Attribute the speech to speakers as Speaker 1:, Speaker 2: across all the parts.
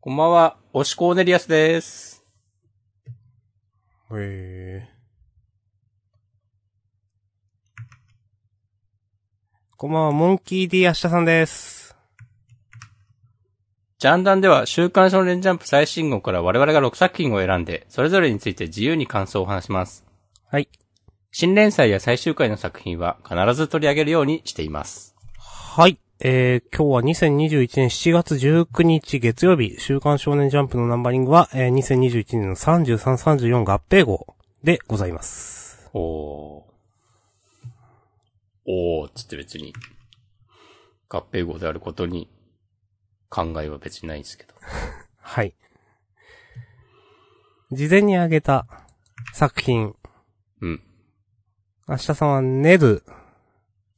Speaker 1: こんばんは、押しコーネリアスです。
Speaker 2: へえ。こんばんは、モンキー D 明日さんです。
Speaker 1: ジャンダンでは、週刊少年ジャンプ最新号から我々が6作品を選んで、それぞれについて自由に感想を話します。
Speaker 2: はい。
Speaker 1: 新連載や最終回の作品は必ず取り上げるようにしています。
Speaker 2: はい。えー、今日は2021年7月19日月曜日、週刊少年ジャンプのナンバリングは、えー、2021年の33、34合併号でございます。
Speaker 1: おー。おー、つって別に、合併号であることに、考えは別にないんですけど。
Speaker 2: はい。事前に挙げた作品、
Speaker 1: うん。
Speaker 2: 明日さんはネル、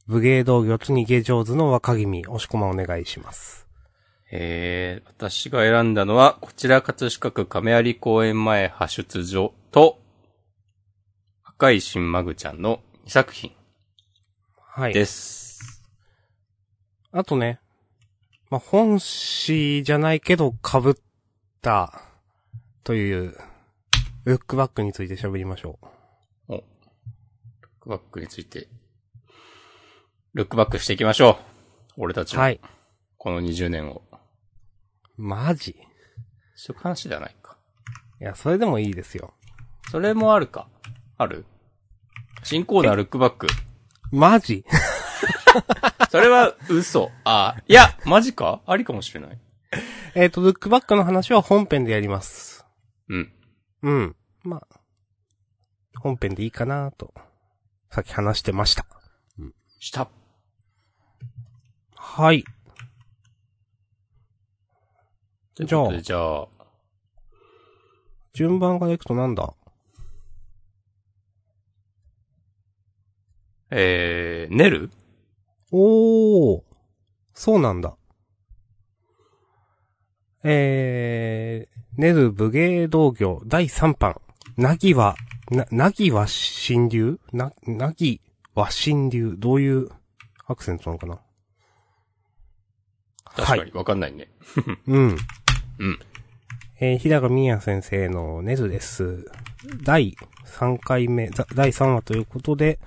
Speaker 2: 武芸道魚つ逃げ上手の若君、押し込まお願いします。
Speaker 1: えー、私が選んだのは、こちら葛飾区亀有公園前派出所と、赤い新マグちゃんの2作品
Speaker 2: はい。
Speaker 1: です。
Speaker 2: あとね、まあ、本誌じゃないけど被ったという、ルックバックについて喋りましょう。
Speaker 1: お。ルックバックについて、ルックバックしていきましょう。俺たち
Speaker 2: は
Speaker 1: の
Speaker 2: い。
Speaker 1: この20年を。
Speaker 2: マジい
Speaker 1: そういう話じゃないか。
Speaker 2: や、それでもいいですよ。
Speaker 1: それもあるか。ある新コーナールックバック。
Speaker 2: マジ
Speaker 1: それは 嘘。あ、いや、マジかありかもしれない。
Speaker 2: えっと、ルックバックの話は本編でやります。
Speaker 1: うん。
Speaker 2: うん。まあ、本編でいいかなと、さっき話してました。
Speaker 1: した。
Speaker 2: はい。
Speaker 1: ということでじゃあ、
Speaker 2: 順番からいくとなんだ
Speaker 1: えー、ネル
Speaker 2: おー、そうなんだ。えー、ネル武芸道業第3版。なぎは、な、なぎは神流な、なぎは神流。どういうアクセントなのかな
Speaker 1: 確かに、わかんないね。
Speaker 2: うん。
Speaker 1: うん。
Speaker 2: えー、平賀美也先生のネズです。第3回目、ざ第3話ということで、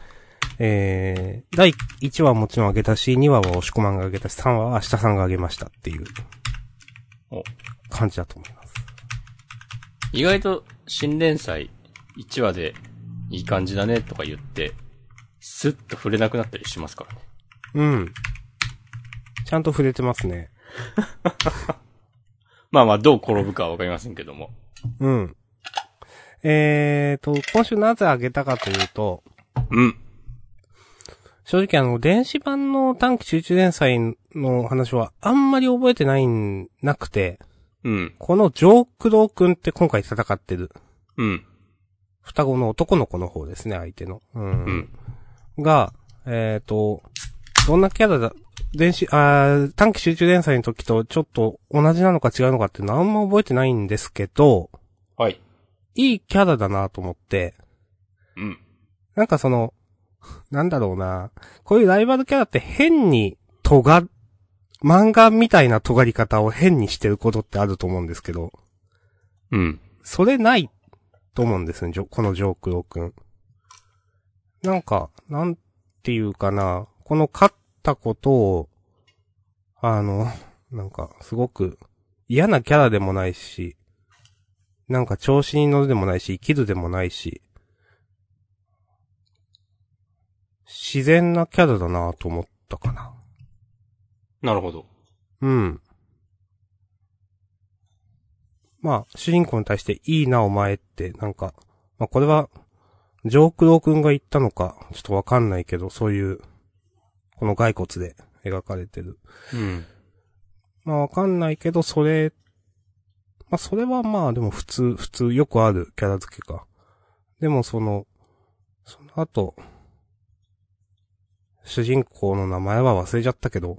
Speaker 2: えー、第1話はもちろんあげたし、2話は押し込まんがあげたし、3話は明日さんがあげましたっていう
Speaker 1: お
Speaker 2: 感じだと思います。
Speaker 1: 意外と新連載1話でいい感じだねとか言って、スッと触れなくなったりしますからね。
Speaker 2: うん。ちゃんと触れてますね。
Speaker 1: まあまあ、どう転ぶかはわかりませんけども。
Speaker 2: うん。えーと、今週なぜあげたかというと、
Speaker 1: うん。
Speaker 2: 正直あの、電子版の短期集中連載の話はあんまり覚えてないん、なくて、
Speaker 1: うん。
Speaker 2: このジョークドー君って今回戦ってる、
Speaker 1: うん。
Speaker 2: 双子の男の子の方ですね、相手の。うん。
Speaker 1: うん。
Speaker 2: が、えっ、と、どんなキャラだ、電子、あー短期集中連載の時とちょっと同じなのか違うのかって何も覚えてないんですけど、
Speaker 1: はい。
Speaker 2: いいキャラだなと思って、
Speaker 1: うん。
Speaker 2: なんかその、なんだろうな。こういうライバルキャラって変に尖、漫画みたいな尖り方を変にしてることってあると思うんですけど、
Speaker 1: うん。
Speaker 2: それないと思うんですね、ジョこのジョークロくん。なんか、なんていうかな、この勝ったことを、あの、なんか、すごく嫌なキャラでもないし、なんか調子に乗るでもないし、生きるでもないし、自然なキャラだなと思ったかな。
Speaker 1: なるほど。
Speaker 2: うん。まあ、主人公に対して、いいなお前って、なんか、まあこれは、ジョークロー君が言ったのか、ちょっとわかんないけど、そういう、この骸骨で描かれてる。
Speaker 1: うん。
Speaker 2: まあわかんないけど、それ、まあそれはまあでも普通、普通、よくあるキャラ付けか。でもその、その後、主人公の名前は忘れちゃったけど、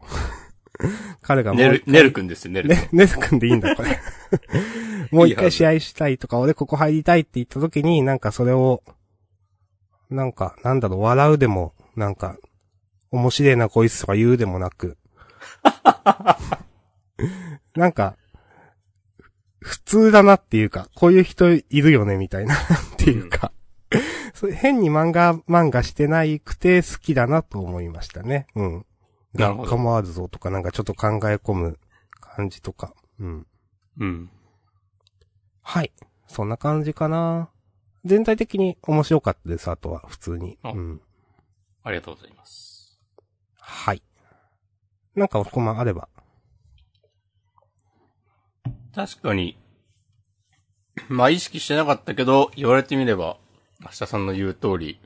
Speaker 2: 彼がもう
Speaker 1: ネル、ネルくんですよ、ネルくん。
Speaker 2: ね、ねずくんでいいんだ、これ。もう一
Speaker 1: いいは
Speaker 2: 回
Speaker 1: ず
Speaker 2: 試合したいとか、俺ここ入りたいって言った時に、なんかそれを、なんか、なんだろう、笑うでも、なんか、面白いなこいつとか言うでもなく。なんか、普通だなっていうか、こういう人いるよねみたいなっていうか、そう変に漫画、漫画してないくて好きだなと思いましたね。うん。
Speaker 1: なるほど
Speaker 2: 構わずぞとかなんかちょっと考え込む感じとか。うん。
Speaker 1: うん。
Speaker 2: はい。そんな感じかな。全体的に面白かったです、あとは、普通に。
Speaker 1: あ
Speaker 2: うん。
Speaker 1: ありがとうございます。
Speaker 2: はい。なんかおこまあれば。
Speaker 1: 確かに、まあ意識してなかったけど、言われてみれば、明日さんの言う通り、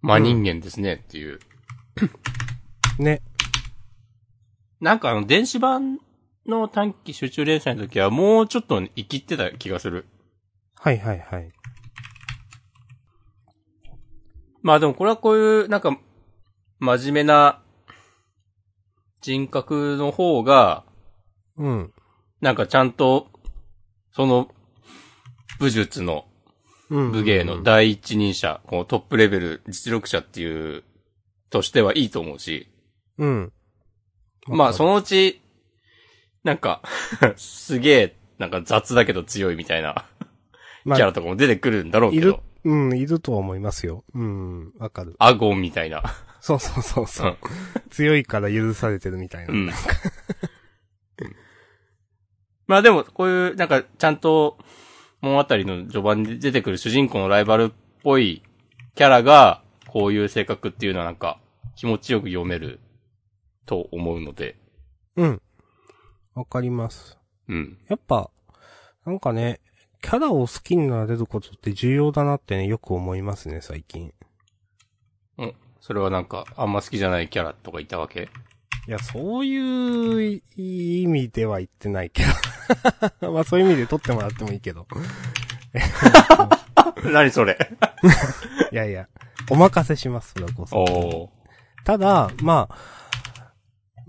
Speaker 1: まあ人間ですねっていう。
Speaker 2: ね。
Speaker 1: なんかあの、電子版の短期集中練習の時は、もうちょっと生きってた気がする。
Speaker 2: はいはいはい。
Speaker 1: まあでもこれはこういう、なんか、真面目な人格の方が、
Speaker 2: うん。
Speaker 1: なんかちゃんと、その、武術の、
Speaker 2: うん。
Speaker 1: 武芸の第一人者、こうトップレベル実力者っていう、としてはいいと思うし、
Speaker 2: うん。
Speaker 1: まあそのうち、なんか、すげえ、なんか雑だけど強いみたいなキ
Speaker 2: まあ
Speaker 1: ャラとかも出てくるんだろうけ
Speaker 2: いる
Speaker 1: ど、、
Speaker 2: うん、いるとは思いますよ。うん、わかる。
Speaker 1: アゴンみたいな。
Speaker 2: そうそうそうそうう。強いから許されてるみたいな。
Speaker 1: うん。まあでも、こういう、なんか、ちゃんと、物語の序盤で出てくる主人公のライバルっぽいキャラが、こういう性格っていうのはなんか、気持ちよく読めると思うので、
Speaker 2: うん。わかります。
Speaker 1: うん。
Speaker 2: やっぱ、なんかね、キャラを好きになれることって重要だなってね、よく思いますね、最近。
Speaker 1: うん。それはなんか、あんま好きじゃないキャラとかいたわけ
Speaker 2: いや、そういう意味では言ってないけど。 まあそういう意味で撮ってもらってもいいけど。
Speaker 1: 何それ
Speaker 2: いやいや、お任せします、それこそ。
Speaker 1: おー。
Speaker 2: ただ、まあ、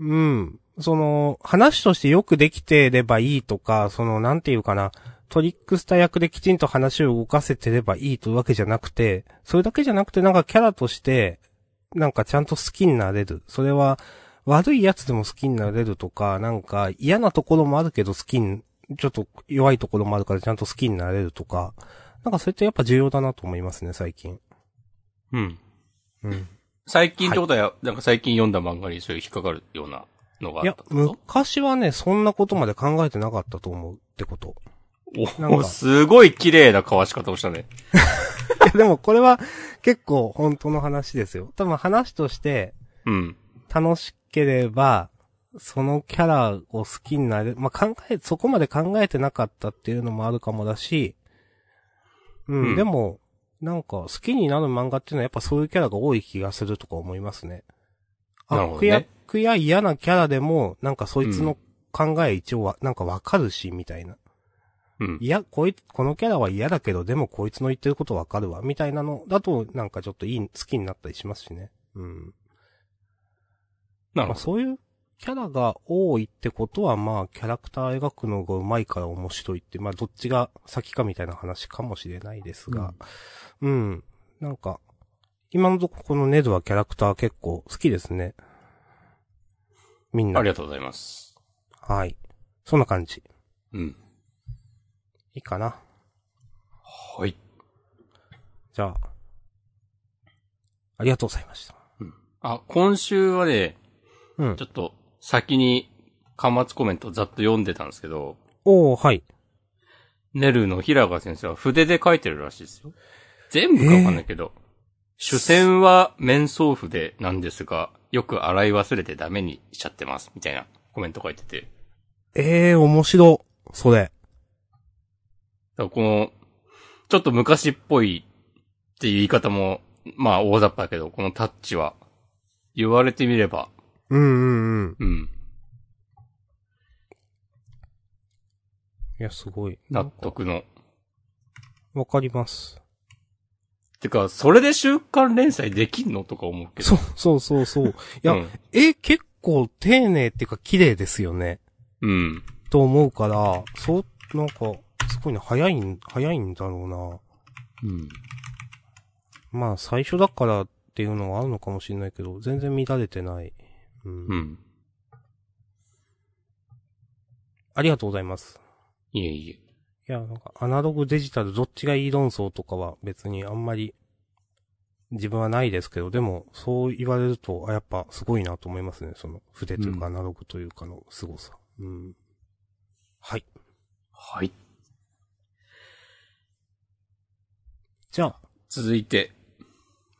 Speaker 2: うん、その、話としてよくできてればいいとか、その、なんていうかな、トリックスター役できちんと話を動かせてればいいというわけじゃなくて、それだけじゃなくてなんかキャラとして、なんかちゃんと好きになれる。それは、悪いやつでも好きになれるとか、なんか嫌なところもあるけど好きに、ちょっと弱いところもあるからちゃんと好きになれるとか、なんかそれってやっぱ重要だなと思いますね、最近。
Speaker 1: うん。
Speaker 2: うん。
Speaker 1: 最近ってことは、なんか最近読んだ漫画にそういう引っかかるようなのが
Speaker 2: い
Speaker 1: あっ
Speaker 2: や
Speaker 1: た、と
Speaker 2: 昔はね、そんなことまで考えてなかったと思うってこと。 なん
Speaker 1: お
Speaker 2: か
Speaker 1: すごい綺麗な交わし方をしたね。
Speaker 2: いや、でもこれは結構本当の話ですよ。多分話として
Speaker 1: うん。
Speaker 2: 楽しければ、そのキャラを好きになれ、まあ、考え、そこまで考えてなかったっていうのもあるかもだし、うん、
Speaker 1: うん
Speaker 2: でも、なんか好きになる漫画っていうのはやっぱそういうキャラが多い気がするとか思いますね。
Speaker 1: なる
Speaker 2: 悪
Speaker 1: ほど
Speaker 2: 役や
Speaker 1: ね
Speaker 2: 悪や嫌なキャラでも、なんかそいつの考え一応は、なんかわかるし、みたいな。
Speaker 1: うん。
Speaker 2: いや、こいつ、このキャラは嫌だけど、でもこいつの言ってることわかるわ、みたいなのだと、なんかちょっといい、好きになったりしますしね。うん。
Speaker 1: なる
Speaker 2: ま
Speaker 1: ほど。
Speaker 2: あそういうキャラが多いってことは、まあキャラクター描くのが上手いから面白いって、まあどっちが先かみたいな話かもしれないですが、うん、なんか、今のとここのネドはキャラクター結構好きですね。みんな。
Speaker 1: ありがとうございます。
Speaker 2: はい。そんな感じ。
Speaker 1: うん。
Speaker 2: いいかな。
Speaker 1: はい。
Speaker 2: じゃあ。ありがとうございました。
Speaker 1: あ、今週はね、
Speaker 2: うん
Speaker 1: ちょ。っと先に、端末コメントざっと読んでたんですけど、
Speaker 2: おー、はい。
Speaker 1: ネルの平川先生は筆で書いてるらしいですよ。全部かわかんないけど、主戦は面相筆なんですが、よく洗い忘れてダメにしちゃってます、みたいなコメント書いてて。だ
Speaker 2: ええー、面白。それ。
Speaker 1: からこの、ちょっと昔っぽいっていう言い方も、まあ大雑把だけど、このタッチは、言われてみれば、
Speaker 2: うんうんうん。
Speaker 1: うん、
Speaker 2: いや、すごい。
Speaker 1: 納得の
Speaker 2: わかります。
Speaker 1: てか、それで週刊連載できんのとか思うけど。
Speaker 2: そう、そうそうそう。いや、
Speaker 1: うん。
Speaker 2: え、結構丁寧っていうか綺麗ですよね。
Speaker 1: うん。
Speaker 2: と思うから、そう、なんか、すごいね、早いん、早いんだろ
Speaker 1: うん。
Speaker 2: うな。まあ、最初だからっていうのはあるのかもしれないけど、全然乱れてない。うん。
Speaker 1: うん。
Speaker 2: ありがとうございます。
Speaker 1: いえいえ。
Speaker 2: いや、なんか、アナログデジタルどっちがいい論争とかは別にあんまり、自分はないですけど、でも、そう言われると、あ、やっぱすごいなと思いますね。その、筆というか、
Speaker 1: う
Speaker 2: アナログというかの凄さ。うん。はい。
Speaker 1: はい。
Speaker 2: じゃあ、
Speaker 1: 続いて、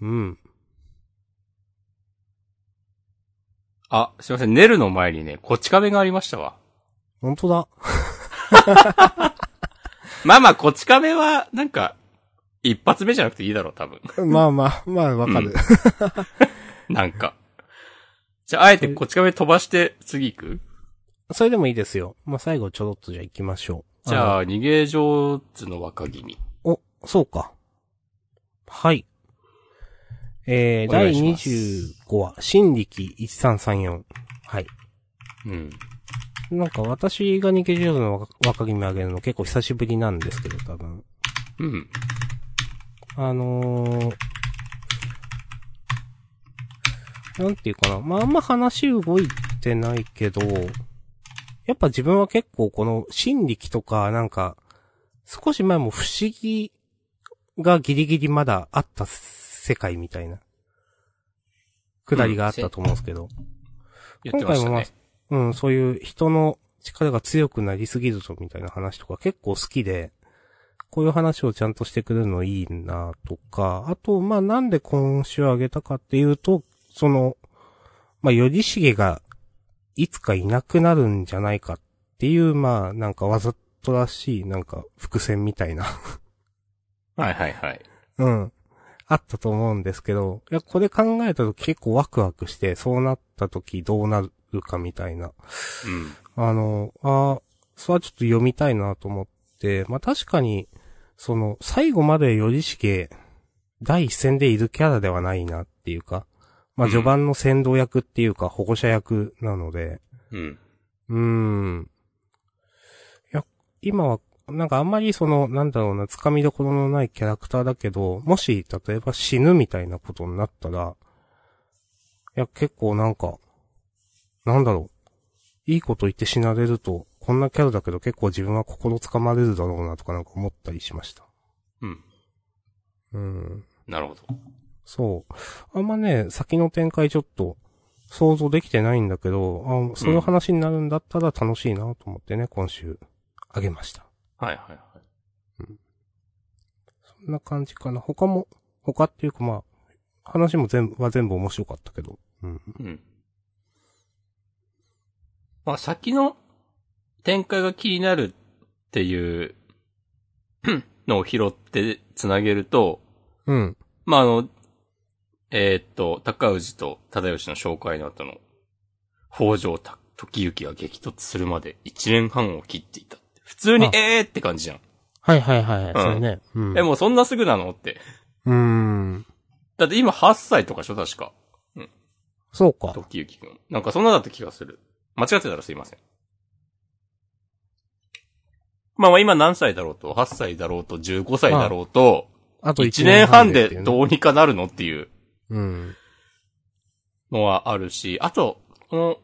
Speaker 2: うん。
Speaker 1: あ、すいません、寝るの前にね、こち亀がありましたわ。
Speaker 2: 本当だ。
Speaker 1: まあまあ、こち亀は、なんか、一発目じゃなくていいだろう、多分。
Speaker 2: まあまあ、まあわかる。
Speaker 1: なんか。じゃあ、あえてこち亀飛ばして、次行く
Speaker 2: それでもいいですよ。まあ最後ちょろっとじゃあ行きましょう。
Speaker 1: じゃ
Speaker 2: あ
Speaker 1: あ、逃げ上手の若君。
Speaker 2: の。お、そうか。はい。えー、
Speaker 1: お願
Speaker 2: 第
Speaker 1: いします
Speaker 2: 25話、新力1334。はい。
Speaker 1: うん。
Speaker 2: なんか私がニケジョーズの若若君をあげるの結構久しぶりなんですけど、多分。
Speaker 1: うん。
Speaker 2: あのー、なんていうかな。まあ、あんま話動いてないけど、やっぱ自分は結構この心力とか、なんか、少し前も不思議がギリギリまだあった世界みたいな、くだりがあったと思うんですけど。
Speaker 1: 言ってました
Speaker 2: 今
Speaker 1: ね
Speaker 2: 回。うん、そういう人の力が強くなりすぎるぞみたいな話とか結構好きで、こういう話をちゃんとしてくれるのいいなとか、あと、まあ、なんで今週あげたかっていうと、その、まあ、よりしげがいつかいなくなるんじゃないかっていう、まあ、なんかわざとらしい、なんか伏線みたいな
Speaker 1: はいはいはい。
Speaker 2: うん。あったと思うんですけど、いや、これ考えたと結構ワクワクして、そうなった時どうなるかみたいな。あの、ああ、それはちょっと読みたいなと思って、まあ確かに、その、最後までよりしけ、第一線でいるキャラではないなっていうか、まあ
Speaker 1: うん
Speaker 2: 序盤の先導役っていうか保護者役なので、
Speaker 1: うん。うん。
Speaker 2: うーん。いや、今は、なんかあんまりその、なんだろうな、つかみどころのないキャラクターだけど、もし、例えば死ぬみたいなことになったら、いや、結構なんか、なんだろう、いいこと言って死なれると、こんなキャラだけど結構自分は心つかまれるだろうなとかなんか思ったりしました。
Speaker 1: うん。
Speaker 2: うん。
Speaker 1: なるほど。
Speaker 2: そう。あんまね、先の展開ちょっと想像できてないんだけど、あそういう話になるんだったら楽しいなと思ってね、今週、あげました。
Speaker 1: はいはいはい。
Speaker 2: そんな感じかな。他も、他っていうかまあ、話も全部、は全部面白かったけど。うん。
Speaker 1: うん。まあ、先の展開が気になるっていうのを拾ってつなげると、
Speaker 2: うん。
Speaker 1: まあ、あの、えーっと、高氏と忠義の紹介の後の、北条た時行が激突するまで1年半を切っていたって。普通に
Speaker 2: あ、
Speaker 1: えーって感じじゃん。
Speaker 2: はいはいはい、それね。うん。
Speaker 1: え、もうそんなすぐなのって。
Speaker 2: うーん。
Speaker 1: だって今8歳とかでしょ確か。
Speaker 2: そうか。
Speaker 1: 時行くん。なんかそんなだった気がする。間違ってたらすいません。まあまあ今何歳だろうと、8歳だろうと、15歳だろうと、
Speaker 2: あと
Speaker 1: 1年半で
Speaker 2: っていうね
Speaker 1: どうにかなるのっていう
Speaker 2: うん。
Speaker 1: のはあるし、あと、この、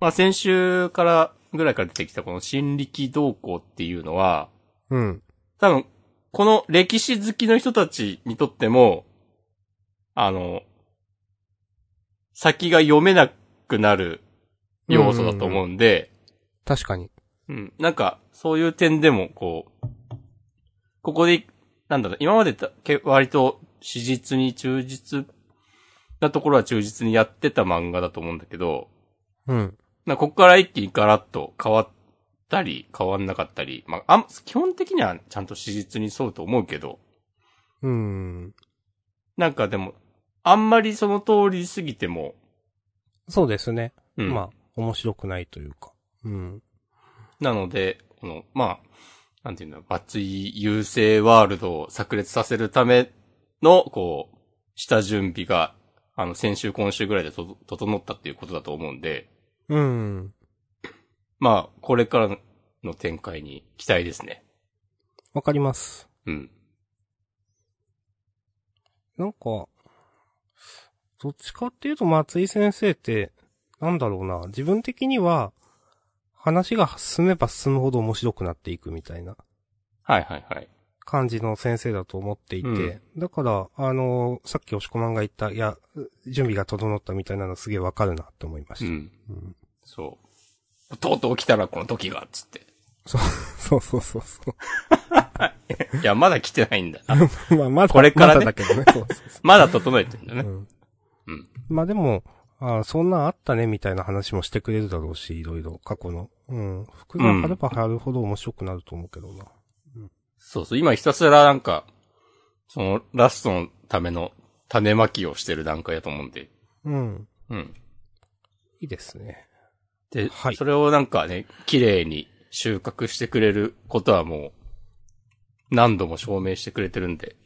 Speaker 1: まあ先週からぐらいから出てきたこの心力動向っていうのは、
Speaker 2: うん。
Speaker 1: 多分、この歴史好きの人たちにとっても、あの、先が読めなくなる要素だと思うんで、
Speaker 2: 確かに。
Speaker 1: うん。なんか、そういう点でも、こう、ここで、なんだろう、今までたけ割と史実に忠実なところは忠実にやってた漫画だと思うんだけど、
Speaker 2: うん。
Speaker 1: なここから一気にガラッと変わったり、変わんなかったり、まあ、あん基本的にはちゃんと史実に沿うと思うけど、
Speaker 2: うん。
Speaker 1: なんかでも、あんまりその通りすぎても、
Speaker 2: そうですね。
Speaker 1: うん。
Speaker 2: まあ、面白くないというか。うん。
Speaker 1: なので、この、まあ、なんていうんだろう、バツイ優勢ワールドを炸裂させるための、こう、下準備が、あの、先週、今週ぐらいでと整ったっていうことだと思うんで、
Speaker 2: うん。
Speaker 1: まあ、これからの展開に期待ですね。
Speaker 2: わかります。
Speaker 1: うん。
Speaker 2: なんか、どっちかっていうと松井先生って、なんだろうな、自分的には、話が進めば進むほど面白くなっていくみたいな
Speaker 1: はいはいはい。
Speaker 2: 感じの先生だと思っていて、
Speaker 1: うん
Speaker 2: だから、あの、さっき押し込まんが言った、いや、準備が整ったみたいなのすげえわかるなって思いまし
Speaker 1: う
Speaker 2: た。
Speaker 1: ん。
Speaker 2: うん
Speaker 1: そう。とうとう起きたらこの時が、つって。
Speaker 2: そう、 そうそうそうそ
Speaker 1: いや、まだ来てないんだ な。
Speaker 2: う。まあ、まだ、
Speaker 1: これからね
Speaker 2: まだだけどね。 そうそうそ
Speaker 1: まだ整えてんだ
Speaker 2: う
Speaker 1: ね。
Speaker 2: うん
Speaker 1: うん。
Speaker 2: まあでも、あそんなんあったねみたいな話もしてくれるだろうし、いろいろ、過去の。うん。服が貼れば貼るほど面白くなると思うけどな。
Speaker 1: そうそう、今ひたすらなんか、そのラストのための種まきをしてる段階だと思うんで。
Speaker 2: うん。
Speaker 1: うん。
Speaker 2: いいですね。
Speaker 1: で、
Speaker 2: はい
Speaker 1: それをなんかね、綺麗に収穫してくれることはもう、何度も証明してくれてるんで。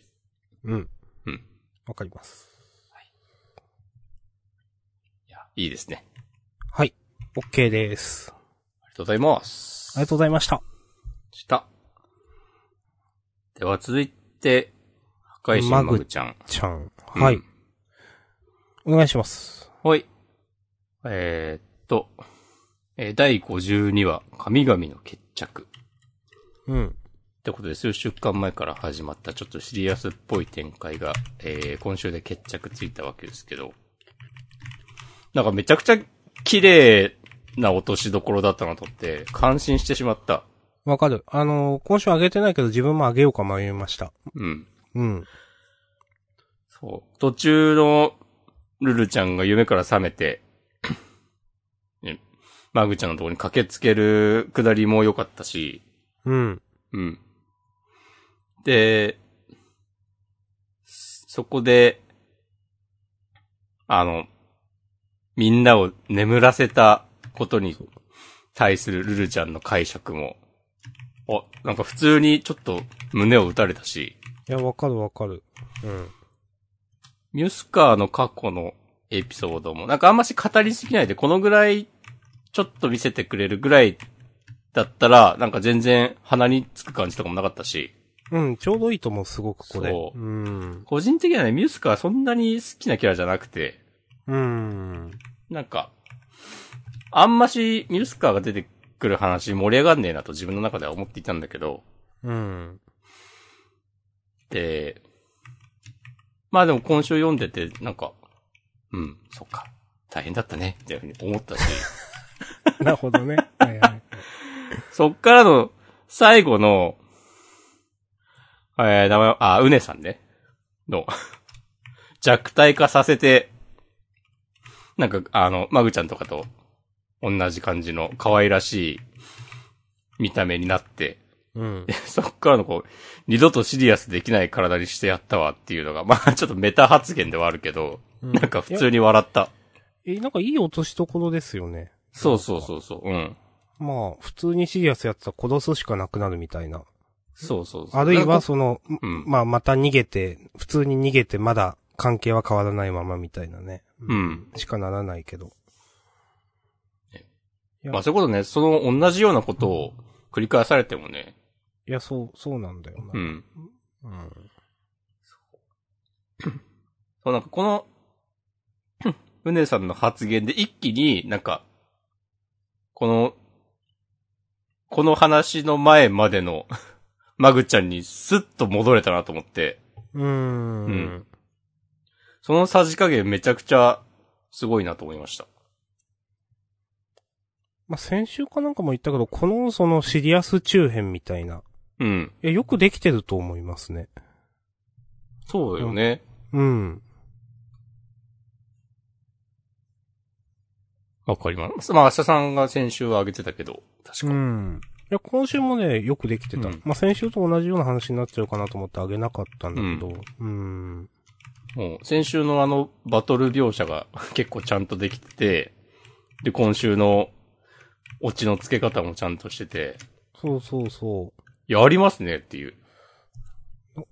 Speaker 2: うん。
Speaker 1: うん。
Speaker 2: わかります。
Speaker 1: いや、いいですね。あ
Speaker 2: はい。OK です。
Speaker 1: りがとうございます。
Speaker 2: ありがとうございました。
Speaker 1: した。では続いて、破壊神マグちゃん。
Speaker 2: ちゃん。はい。
Speaker 1: うん
Speaker 2: お願いします。
Speaker 1: ほい。えー、っと、えー第52話、神々の決着。
Speaker 2: うん。
Speaker 1: ってことで、数週間前から始まった、ちょっとシリアスっぽい展開が、えー、今週で決着ついたわけですけど、なんかめちゃくちゃ綺麗な落としどころだったなと思って、感心してしまった。
Speaker 2: わかる。あのー今週あげてないけど自分もあげようか迷いました。
Speaker 1: うん。
Speaker 2: うん。
Speaker 1: そう。途中の、ルルちゃんが夢から覚めて、 ねマグちゃんのところに駆けつけるくだりも良かったし、
Speaker 2: うん。
Speaker 1: うん。で、そこで、あの、みんなを眠らせたことに対するルルちゃんの解釈も、あ、なんか普通にちょっと胸を打たれたし、
Speaker 2: いや、わかるわかる。うん。
Speaker 1: ミュスカーの過去のエピソードも、なんかあんまし語りすぎないで、このぐらい、ちょっと見せてくれるぐらいだったら、なんか全然鼻につく感じとかもなかったし、
Speaker 2: うん、ちょうどいいと思う、すごくこれ。
Speaker 1: そう
Speaker 2: うん。
Speaker 1: 個人的にはね、ミュスカはそんなに好きなキャラじゃなくて、
Speaker 2: うん。
Speaker 1: なんか、あんましミュスカが出てくる話盛り上がんねえなと自分の中では思っていたんだけど、
Speaker 2: うん。
Speaker 1: で、まあでも今週読んでて、なんか、うん、そっか、大変だったね、っていうふうに思ったし、
Speaker 2: なるほどね。はいはい。
Speaker 1: そっからの最後の、えー、名前、あ、うねさんね。の、 弱体化させて、なんか、あの、まぐちゃんとかと同じ感じの可愛らしい見た目になって、
Speaker 2: うん。
Speaker 1: そっからのこう、二度とシリアスできない体にしてやったわっていうのが、まあちょっとメタ発言ではあるけど、
Speaker 2: う ん
Speaker 1: なんか普通に笑った。
Speaker 2: え、なんかいい落としどころですよね。
Speaker 1: そうそうそうそう、うん。
Speaker 2: まあ、普通にシリアスやってたら殺すしかなくなるみたいな。
Speaker 1: そうそうそう。
Speaker 2: あるい
Speaker 1: なん
Speaker 2: は、
Speaker 1: か、
Speaker 2: その、
Speaker 1: うん。
Speaker 2: まあ、また逃げて、普通に逃げて、まだ関係は変わらないままみたいなね。
Speaker 1: うん。
Speaker 2: しかならないけど。
Speaker 1: まあ、そういうことね、その同じようなことを繰り返されてもね、
Speaker 2: いや、そう、そうなんだよ
Speaker 1: う
Speaker 2: な。
Speaker 1: ん。
Speaker 2: うん。
Speaker 1: そう、なんかこの、 うねさんの発言で一気になんか、この、この話の前までの、 マグちゃんにスッと戻れたなと思って、
Speaker 2: うん。
Speaker 1: うんそのさじ加減めちゃくちゃすごいなと思いました。
Speaker 2: まあ、先週かなんかも言ったけど、この、その、シリアス中編みたいな。
Speaker 1: うん。
Speaker 2: いや、よくできてると思いますね。
Speaker 1: そうだよね。
Speaker 2: うん。
Speaker 1: わかります。まあ、明日さんが先週は上げてたけど、確か。
Speaker 2: ん。いや、今週もね、よくできてた。
Speaker 1: うん
Speaker 2: まあ、先週と同じような話になっちゃうかなと思ってあげなかったんだけど。うん。
Speaker 1: もう、先週のあの、バトル描写が 結構ちゃんとできてて、で、今週の、オチの付け方もちゃんとしてて、
Speaker 2: そうそうそう。
Speaker 1: いや、ありますねっていう。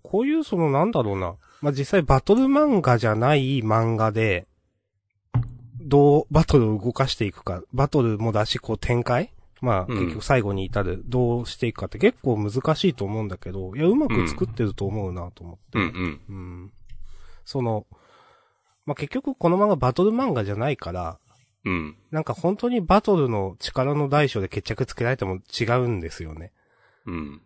Speaker 2: こういうそのなんだろうな。まあ、実際バトル漫画じゃない漫画で、どうバトルを動かしていくか、バトルもだし、こう展開まあ、
Speaker 1: うん
Speaker 2: 結局最後に至る、どうしていくかって結構難しいと思うんだけど、いや、うまく作ってると思うなと思って。
Speaker 1: うんうん。
Speaker 2: うんその、まあ、結局この漫画バトル漫画じゃないから、
Speaker 1: うん。
Speaker 2: なんか本当にバトルの力の大小で決着つけられても違うんですよね。
Speaker 1: うん。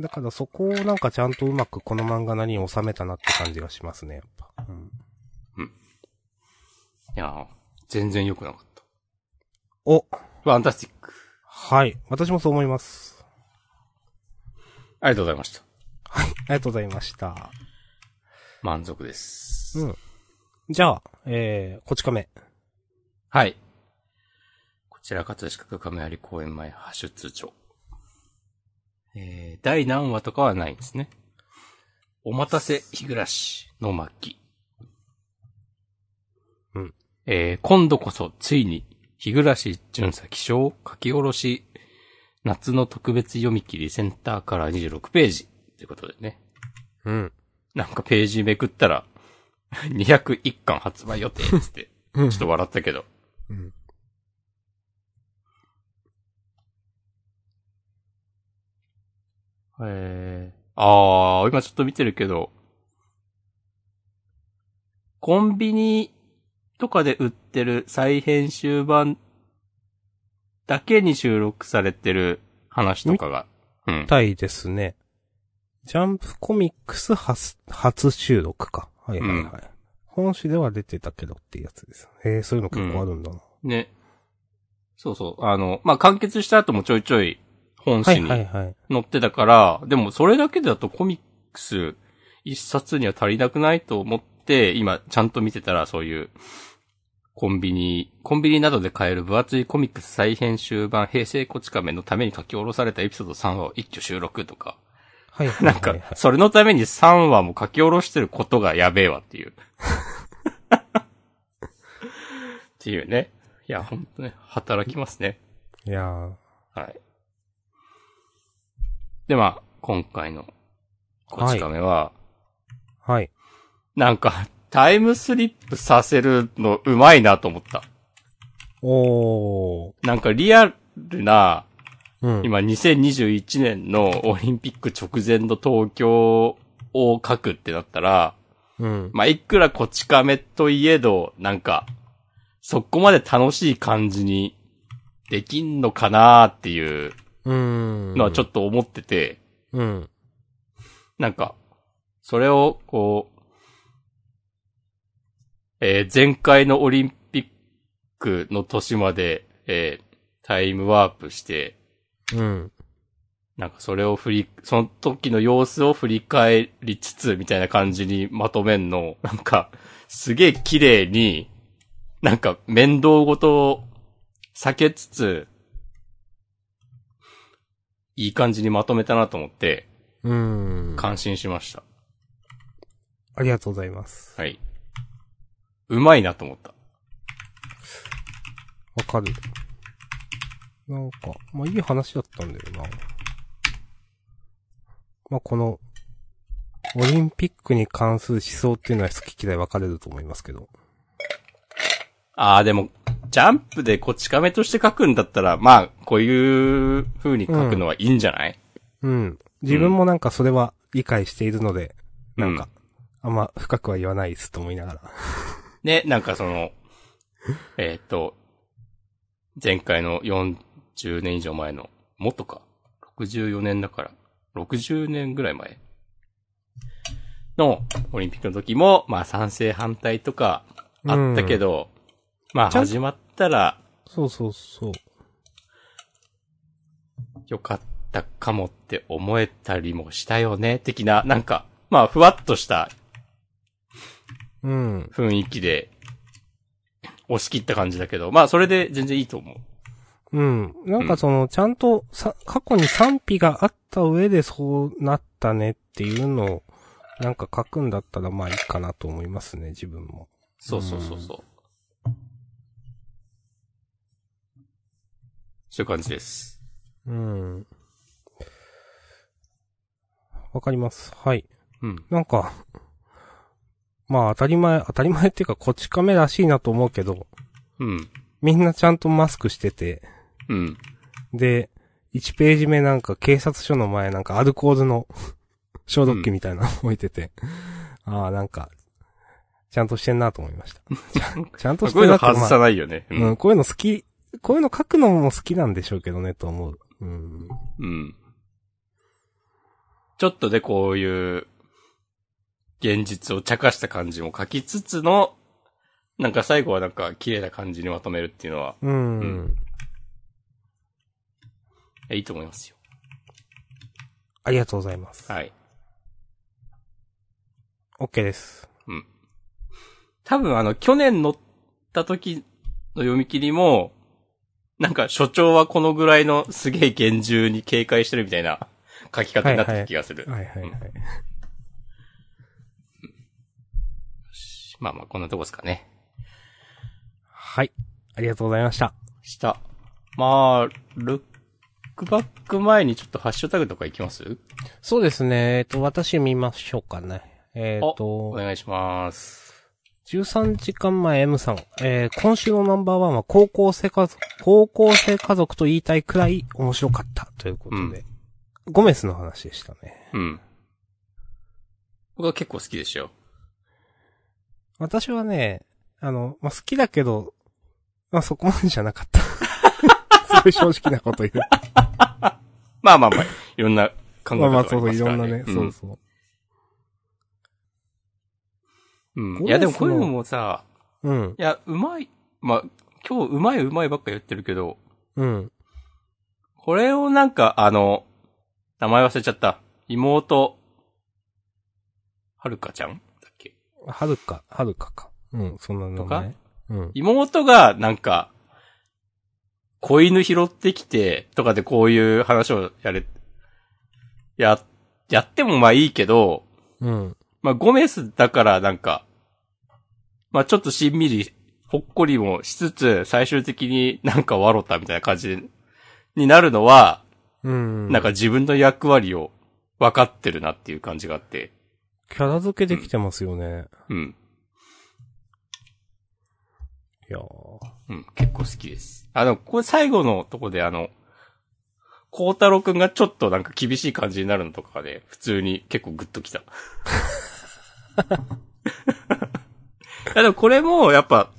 Speaker 2: だからそこをなんかちゃんとうまくこの漫画なりに収めたなって感じがしますね、やっぱ。うん、
Speaker 1: いやー全然良くなかった。
Speaker 2: お
Speaker 1: ファンタスティック。
Speaker 2: はい。私もそう思います。
Speaker 1: ありがとうございました。
Speaker 2: ありがとうございました。
Speaker 1: 満足です。
Speaker 2: うん。じゃあ、えー、こち亀。
Speaker 1: はい。こちら、葛飾区亀有公園前発出帳。えー、第何話とかはないんですね。お待たせ、日暮らしの巻。
Speaker 2: うん。
Speaker 1: えー、今度こそ、ついに、日暮らし巡査気象書き下ろし、夏の特別読み切りセンターから26ページ。ということでね。
Speaker 2: うん。
Speaker 1: なんかページめくったら、201巻発売予定っつって、ちょっと笑ったけど。
Speaker 2: うん。
Speaker 1: えー、あー、今ちょっと見てるけど、コンビニとかで売ってる再編集版だけに収録されてる話とかが、うん。
Speaker 2: たいですね。ジャンプコミックス初、初収録か。はいはいはい。
Speaker 1: うん
Speaker 2: 本誌では出てたけどっていうやつです。えー、そういうの結構あるんだな。
Speaker 1: ね。そうそう。あの、まあ、完結した後もちょいちょい本
Speaker 2: は
Speaker 1: 誌
Speaker 2: い
Speaker 1: に
Speaker 2: はいはい。
Speaker 1: 載ってたから、でもそれだけだとコミックス一冊には足りなくないと思って、今ちゃんと見てたらそういうコンビニ、コンビニなどで買える分厚いコミックス再編集版平成こち亀のために書き下ろされたエピソード3話を一挙収録とか、
Speaker 2: はいはい
Speaker 1: な
Speaker 2: はい、
Speaker 1: んか、それのために3話も書き下ろしてることがやべえわって いう。っていうね。いや、ほんとね、働きますね。
Speaker 2: いやー
Speaker 1: はい。で、まあ、今回の、こち亀は、
Speaker 2: はい。
Speaker 1: なんか、タイムスリップさせるのうまいなと思った。
Speaker 2: おー。
Speaker 1: なんかリアルな、
Speaker 2: うん。
Speaker 1: 今2021年のオリンピック直前の東京を書くってなったら、
Speaker 2: うん。
Speaker 1: まあ、いくらこち亀といえど、なんか、そこまで楽しい感じにできんのかなっていう
Speaker 2: うん。
Speaker 1: のはちょ
Speaker 2: っ
Speaker 1: っと思ってて、
Speaker 2: と。うん。
Speaker 1: なんか、それを、こう、えー前回のオリンピックの年まで、えータイムワープして、
Speaker 2: うん。
Speaker 1: なんかそれを振り、その時の様子を振り返りつつ、みたいな感じにまとめんの、なんか、すげえ綺麗に、なんか面倒ごとを避けつつ、いい感じにまとめたなと思って、
Speaker 2: うん。
Speaker 1: 感心しました。
Speaker 2: ありがとうございます。
Speaker 1: はい。うまいなと思った。
Speaker 2: わかる。なんか、まあいい話だったんだよな。まあこの、オリンピックに関する思想っていうのは好き嫌い分かれると思いますけど。
Speaker 1: ああ、でも、ジャンプでこち亀として書くんだったら、まあ、こういう風に書くのはいいんじゃない、
Speaker 2: うん。自分もなんかそれは理解しているので、なんか、あんま深くは言わないですと思いながら。
Speaker 1: ね、なんかその、えーっと、前回の40年以上前の、もっとか、64年だから、60年ぐらい前のオリンピックの時も、まあ賛成反対とかあったけど、まあ
Speaker 2: ちゃん
Speaker 1: 始まったら
Speaker 2: そうそうそう。
Speaker 1: 良かったかもって思えたりもしたよね、的な、なんか、まあ、ふわっとした
Speaker 2: うん。
Speaker 1: 雰囲気で、押し切った感じだけど、まあ、それで全然いいと思う。
Speaker 2: うん。なんかその、ちゃんとさ、過去に賛否があった上でそうなったねっていうのを、なんか書くんだったらまあいいかなと思いますね、自分も。
Speaker 1: そうそうそうそう。そういう感じです。
Speaker 2: うん。わかります。はい。
Speaker 1: うん。
Speaker 2: なんか、まあ当たり前、当たり前っていうか、こち亀らしいなと思うけど、
Speaker 1: うん。
Speaker 2: みんなちゃんとマスクしてて、
Speaker 1: うん。
Speaker 2: で、1ページ目なんか警察署の前なんかアル コールの消毒器みたいなの置いてて、ああ、なんか、ちゃんとしてんなと思い ました。ちゃんと
Speaker 1: まあ
Speaker 2: し
Speaker 1: こうい
Speaker 2: てん
Speaker 1: う
Speaker 2: な
Speaker 1: の
Speaker 2: って、
Speaker 1: 外
Speaker 2: ま
Speaker 1: さ
Speaker 2: あ、
Speaker 1: ないよね。う。
Speaker 2: うんん、こういうの好き、こういうの書くのも好きなんでしょうけどね、と思う。うん。
Speaker 1: うん。ちょっとでこういう、現実を茶化した感じも書きつつの、なんか最後はなんか綺麗な感じにまとめるっていうのは、
Speaker 2: うん。
Speaker 1: うんいいと思いますよ。
Speaker 2: ありがとうございます。
Speaker 1: はい。
Speaker 2: OK です。
Speaker 1: 多分あの、去年乗った時の読み切りも、なんか所長はこのぐらいのすげえ厳重に警戒してるみたいな書き方になってる気がする。
Speaker 2: はいはいはい。
Speaker 1: まあまあ、こんなとこですかね。
Speaker 2: はい。ありがとうございました。
Speaker 1: した。まあ、ルックバック前にちょっとハッシュタグとかいきます
Speaker 2: そうですね。えっと、私見ましょうかね。えっ
Speaker 1: お
Speaker 2: と、
Speaker 1: 願いします。
Speaker 2: 13時間前 M さん。えー、今週のナンバーワンは高校生家族、高校生家族と言いたいくらい面白かったということで。ゴメスの話でしたね。
Speaker 1: うん。僕は結構好きでしたよ。
Speaker 2: 私はね、あの、まあ、好きだけど、まあ、そこまでじゃな かった。すごい正直なこと言う。
Speaker 1: まあまあまあ、 いろんな考え
Speaker 2: ま
Speaker 1: 方
Speaker 2: あま
Speaker 1: があ
Speaker 2: あ、そう
Speaker 1: り
Speaker 2: そ
Speaker 1: ますから
Speaker 2: う、いろ
Speaker 1: ね。
Speaker 2: んなね、そうそう。
Speaker 1: うん。う
Speaker 2: これ
Speaker 1: ん。いや、でもこういうのもさ、
Speaker 2: うん、
Speaker 1: いや、うまい。まあ、今日うまいうまいばっか言ってるけど、
Speaker 2: うん。
Speaker 1: これをなんか、あの、名前忘れちゃった。妹、はるかちゃんだっけ
Speaker 2: はるか、はるかか。うん、そんなのね。
Speaker 1: とか
Speaker 2: うん。
Speaker 1: 妹が、なんか、子犬拾ってきて、とかでこういう話をやれ、や、やってもまあいいけど、
Speaker 2: うん。
Speaker 1: まあゴメスだからなんか、まあちょっとしんみり、ほっこりもしつつ、最終的になんか笑ったみたいな感じになるのは、
Speaker 2: うん。
Speaker 1: なんか自分の役割を分かってるなっていう感じがあって、
Speaker 2: キャラ付けできてますよね。
Speaker 1: うん、
Speaker 2: いやー
Speaker 1: うん、結構好きです。あの、これ最後のとこであの、孝太郎くんがちょっとなんか厳しい感じになるのとかで、普通に結構グッと きた。いやでもこれもやっぱ、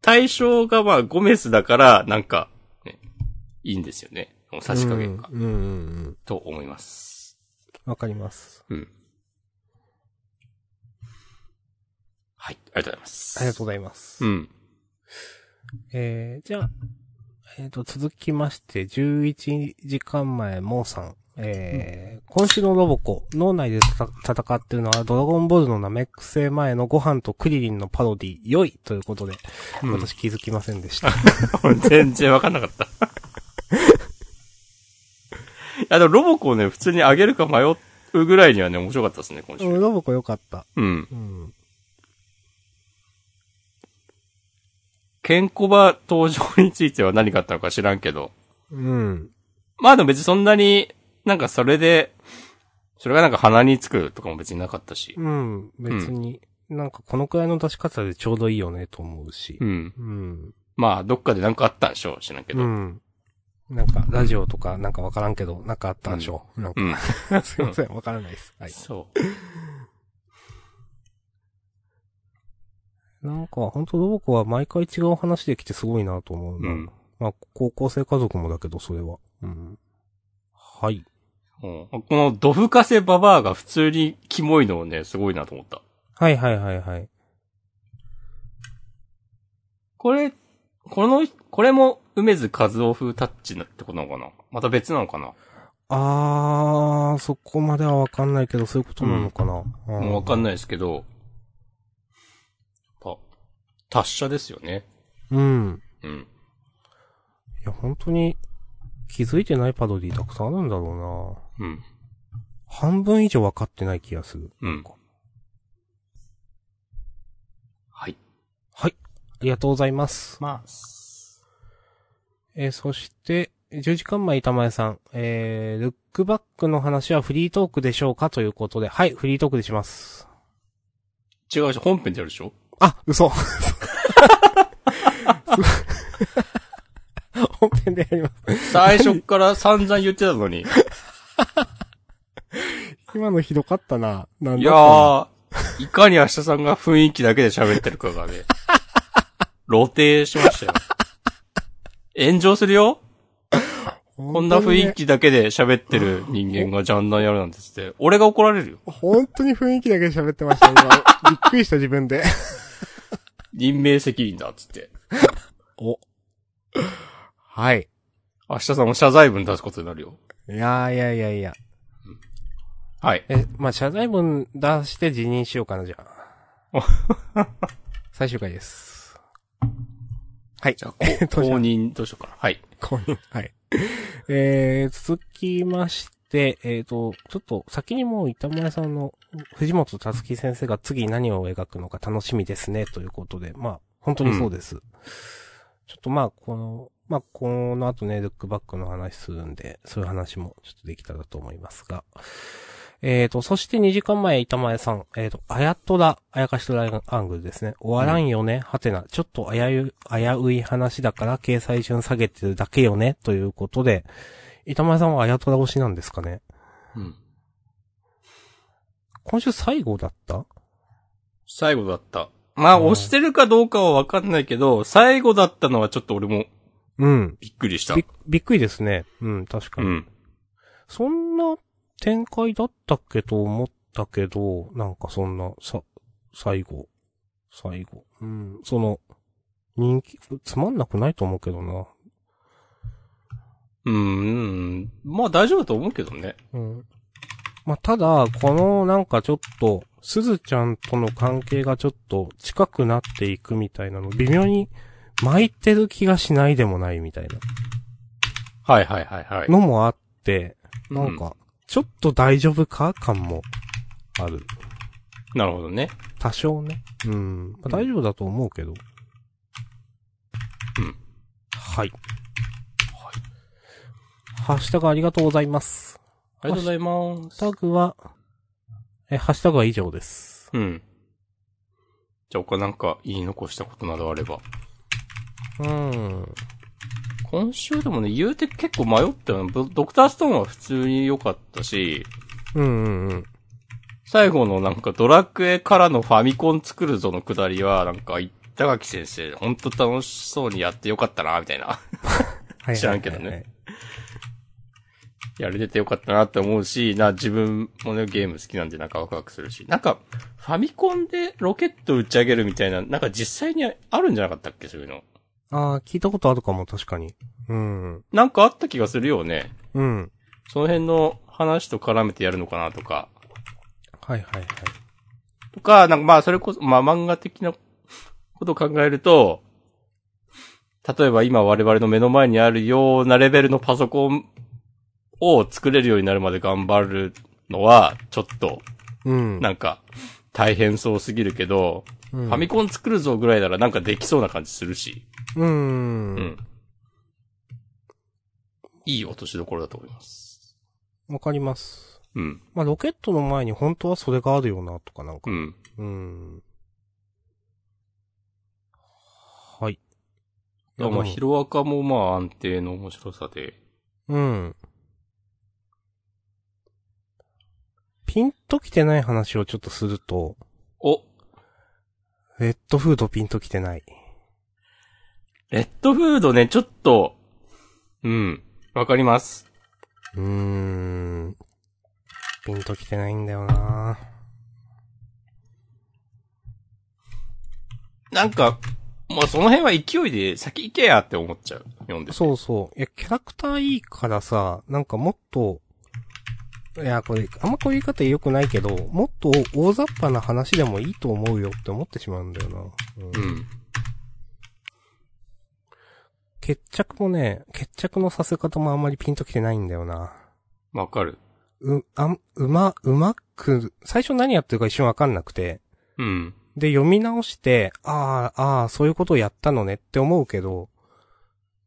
Speaker 1: 対象がまあゴメスだから、なんか、ね、いいんですよね。この差し加減が、
Speaker 2: うんうんうん
Speaker 1: と思います。
Speaker 2: うん。わかります。
Speaker 1: うん。はい、ありがとうございます。
Speaker 2: ありがとうございます。
Speaker 1: うん。
Speaker 2: えー、じゃあ、えっ、と、続きまして、11時間前、モーさん。えー今週のロボコ、脳内でたた戦ってるのは、ドラゴンボールのナメック星前のご飯とクリリンのパロディ、良いということで、
Speaker 1: うん
Speaker 2: 私気づきません でした。
Speaker 1: 俺全然わかんなかった。いや、でもロボコをね、普通に上げるか迷うぐらいにはね、面白かったですね、今
Speaker 2: うん
Speaker 1: 週。
Speaker 2: ロボコ良かった。
Speaker 1: うん。
Speaker 2: うん。
Speaker 1: ケンコバ登場については何があったのか知らんけど。
Speaker 2: うん。
Speaker 1: まあでも別にそんなに、なんかそれで、それがなんか鼻につくとかも別になかったし。
Speaker 2: うん。別に、なんかこのくらいの出し方でちょうどいいよねと思うし
Speaker 1: う。ん。
Speaker 2: うん。
Speaker 1: まあ、どっかでなんかあったんでしょう、知らんけど。
Speaker 2: う
Speaker 1: うん。
Speaker 2: ん。なんか、ラジオとか、なんかわからんけど、なんかあったんでしょう。なんか、 すいません、わからないです。はい。
Speaker 1: そう。
Speaker 2: なんか、本当ロボコは毎回違う話できてすごいなと思う
Speaker 1: う
Speaker 2: な。
Speaker 1: ん。
Speaker 2: まあ、高校生家族もだけど、それは。うん。はい。
Speaker 1: うんこのドフカセババアが普通にキモいのをね、すごいなと思った。
Speaker 2: はいはいはいはい。
Speaker 1: これ、この、これも梅津和夫風タッチなってことなのかなまた別なのかな
Speaker 2: あー、そこまではわかんないけど、そういうことなのかな。
Speaker 1: もうわかん
Speaker 2: ない。
Speaker 1: ないですけど、やっぱ、達者ですよね。
Speaker 2: うん。
Speaker 1: うん。
Speaker 2: いや、本当に、気づいてないパロディたくさんあるんだろ
Speaker 1: うん。
Speaker 2: うな。半分以上わかってない気がする。
Speaker 1: うん。はい。
Speaker 2: はい。ありがとうございます。
Speaker 1: まあ、
Speaker 2: えーそして、10時間前板前さん、えー、ルックバックの話はフリートークでしょうかということで、はい、フリートークでします。
Speaker 1: 違うし、本編でやるでしょ
Speaker 2: あ、 嘘本編でやります。
Speaker 1: 最初から散々言ってたのに。 い
Speaker 2: 今のひどかったな。なんだ
Speaker 1: や
Speaker 2: ったの
Speaker 1: ー、いかに明日さんが雰囲気だけで喋ってるかがね、露呈しましたよ。炎上するよこんな雰囲気だけで喋ってる人間がジャンダンやるなんて言って、俺が怒られるよ。
Speaker 2: 本当に雰囲気だけで喋ってました、今。びっくりした自分で。
Speaker 1: 任命責任だっつって。
Speaker 2: お。はい。
Speaker 1: 明日さんも謝罪文出すことになるよ。
Speaker 2: いやいやいやいや。
Speaker 1: はい。
Speaker 2: え、まあ、謝罪文出して辞任しようかな、じゃ
Speaker 1: お
Speaker 2: あ。 最終回です。はい。
Speaker 1: じゃあ、こ
Speaker 2: え
Speaker 1: 公
Speaker 2: っとじゃあ
Speaker 1: 認どうしようかな。はい。
Speaker 2: 公認。はい。えー、続きまして、えっ、と、ちょっと先にもう板前さんの藤本たつき先生が次何を描くのか楽しみですね、ということで、まあ、本当にそうです。ちょっとまあ、この、まあ、この後ね、ルックバックの話するんで、そういう話もちょっとできたらと思いますが。えーと、そして2時間前、板前さん、えーと、あやとだ、あやかしとらアングルですね。終わらんよね、はてな。ちょっと危う、危うい話だから、掲載順下げてるだけよね、ということで、板前さんはあやとだ推しなんですかね。
Speaker 1: うん。
Speaker 2: 今週最後だった
Speaker 1: 最後だった。まあ、
Speaker 2: うん
Speaker 1: 押してるかどうかはわかんないけど、最後だったのはちょっと俺も
Speaker 2: うん。
Speaker 1: びっくりした。
Speaker 2: び、びっくりですね。うん、確か
Speaker 1: う
Speaker 2: に。
Speaker 1: ん。
Speaker 2: そんな展開だったっけと思ったけど、なんかそんな、さ、最後、最後。うん、その、人気、つまんなくないと思うけどな。
Speaker 1: うん、うん。まあ大丈夫だと思うけどね。
Speaker 2: うん。まあ、ただ、このなんかちょっと、すずちゃんとの関係がちょっと近くなっていくみたいなの、微妙に巻いてる気がしないでもないみたいな
Speaker 1: はいはいはいはい。
Speaker 2: のもあって、なん
Speaker 1: う
Speaker 2: か、ちょっと大丈夫か感もある。
Speaker 1: んなるほどね。
Speaker 2: 多少ね。うん。まあ、大丈夫だと思うけど。
Speaker 1: うん。
Speaker 2: はい。ハッシュタグありがとうございます。
Speaker 1: ありがとうございま
Speaker 2: ハッ
Speaker 1: す
Speaker 2: シュタ。グは、え、ハッシュタグは以上です。
Speaker 1: うん。じゃあ他なんか言い残したことなどあれば。
Speaker 2: うん。
Speaker 1: 今週でもね、言うて結構迷ったよなドドクターストーンは普通に良かったし、
Speaker 2: うんうんうん。
Speaker 1: 最後のなんかドラクエからのファミコン作るぞのくだりは、なんか、板垣先生、ほんと楽しそうにやってよかったな、みたいな。
Speaker 2: はいはいはいはい
Speaker 1: 知らんけどね。やれててよかったなって思うし、な、自分もね、ゲーム好きなんでなんかワクワクするし。なんか、ファミコンでロケット打ち上げるみたいな、なんか実際にあるんじゃなかったっけ、そういうの。
Speaker 2: ああ、聞いたことあるかも、確かに。うん。
Speaker 1: なんかあった気がするよね。
Speaker 2: うん。
Speaker 1: その辺の話と絡めてやるのかなとか。
Speaker 2: はいはいはい。
Speaker 1: とか、なんかまあそれこそ、まあ漫画的なことを考えると、例えば今我々の目の前にあるようなレベルのパソコンを作れるようになるまで頑張るのは、ちょっと、
Speaker 2: うん。
Speaker 1: なんか、大変そうすぎるけど、
Speaker 2: フ
Speaker 1: ファミコン作るぞぐらいならなんかできそうな感じするし、
Speaker 2: うん。
Speaker 1: う
Speaker 2: うん
Speaker 1: ん。いい落としどころだと思います。
Speaker 2: わかります。
Speaker 1: うん。
Speaker 2: まあ、ロケットの前に本当はそれがあるよな、とかなんか
Speaker 1: う。ん。
Speaker 2: うん。はい。
Speaker 1: いや、まあ、ヒロアカもまあ安定の面白さで、
Speaker 2: うん。ピンときてない話をちょっとすると、
Speaker 1: お
Speaker 2: レッドフードピンときてない。
Speaker 1: レッドフードね、ちょっと、うん、わかります。
Speaker 2: うーん。ピンときてないんだよな
Speaker 1: なんか、まあその辺は勢いで先行けやって思っちゃう。読んでて。
Speaker 2: そうそう。いや、キャラクターいいからさ、なんかもっと、いや、これ、あんまこういう言い方良くないけど、もっと大雑把な話でもいいと思うよって思ってしまうんだよな。うん
Speaker 1: うん。
Speaker 2: 決着もね、決着のさせ方もあんまりピンときてないんだよな。
Speaker 1: わかる。
Speaker 2: う、あん、うま、うまく、最初何やってるか一瞬わかんなくて、
Speaker 1: うん。
Speaker 2: で、読み直して、ああ、ああ、そういうことをやったのねって思うけど、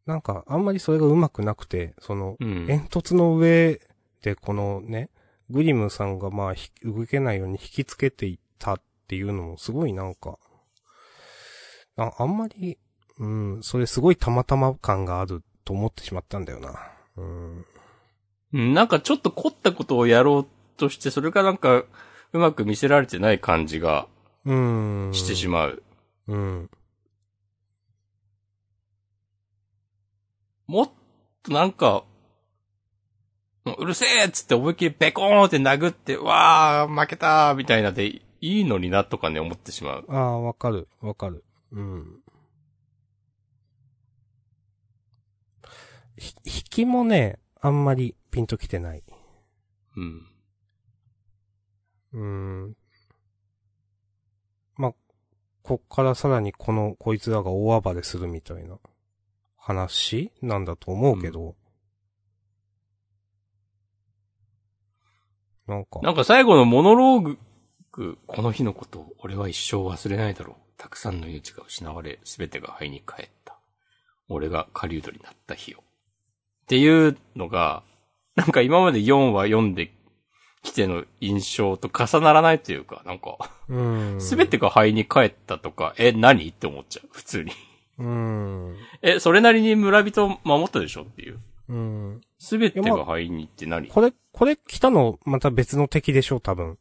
Speaker 2: なんか、あんまりそれがうまくなくて、その、
Speaker 1: うん。
Speaker 2: 煙突の上で、このね、グリムさんがまあ、ひ動けないように引きつけていったっていうのもすごいなんか、ああんまり、うん、それすごいたまたま感があると思ってしまったんだよな。うん。
Speaker 1: うんなんかちょっと凝ったことをやろうとして、それがなんか、うまく見せられてない感じが
Speaker 2: うーん。
Speaker 1: してしまう。
Speaker 2: うん。
Speaker 1: もっとなんか、もううるせえっつって思いっきりベコーンって殴って、わー、負けたーみたいなでいいのになとかね、思ってしまう。
Speaker 2: ああ、わかる、わかる。うん。ひ引きもね、あんまりピンときてない。
Speaker 1: うん。
Speaker 2: うーん。まあ、こっからさらにこの、こいつらが大暴れするみたいな話なんだと思うけど。なんか、
Speaker 1: なんか最後のモノローグ、この日のことを俺は一生忘れないだろう。たくさんの命が失われ、すべてが灰に帰った。俺が狩人になった日を。っていうのが、なんか今まで4話読んできての印象と重ならないというか、なんか、
Speaker 2: うん。
Speaker 1: すべてが灰に帰ったとか、え、何って思っちゃう、普通に。
Speaker 2: うん。
Speaker 1: え、それなりに村人を守ったでしょっていう。
Speaker 2: うん。
Speaker 1: すべてが灰にって何
Speaker 2: これ、これ来たの、また別の敵でしょ、多分。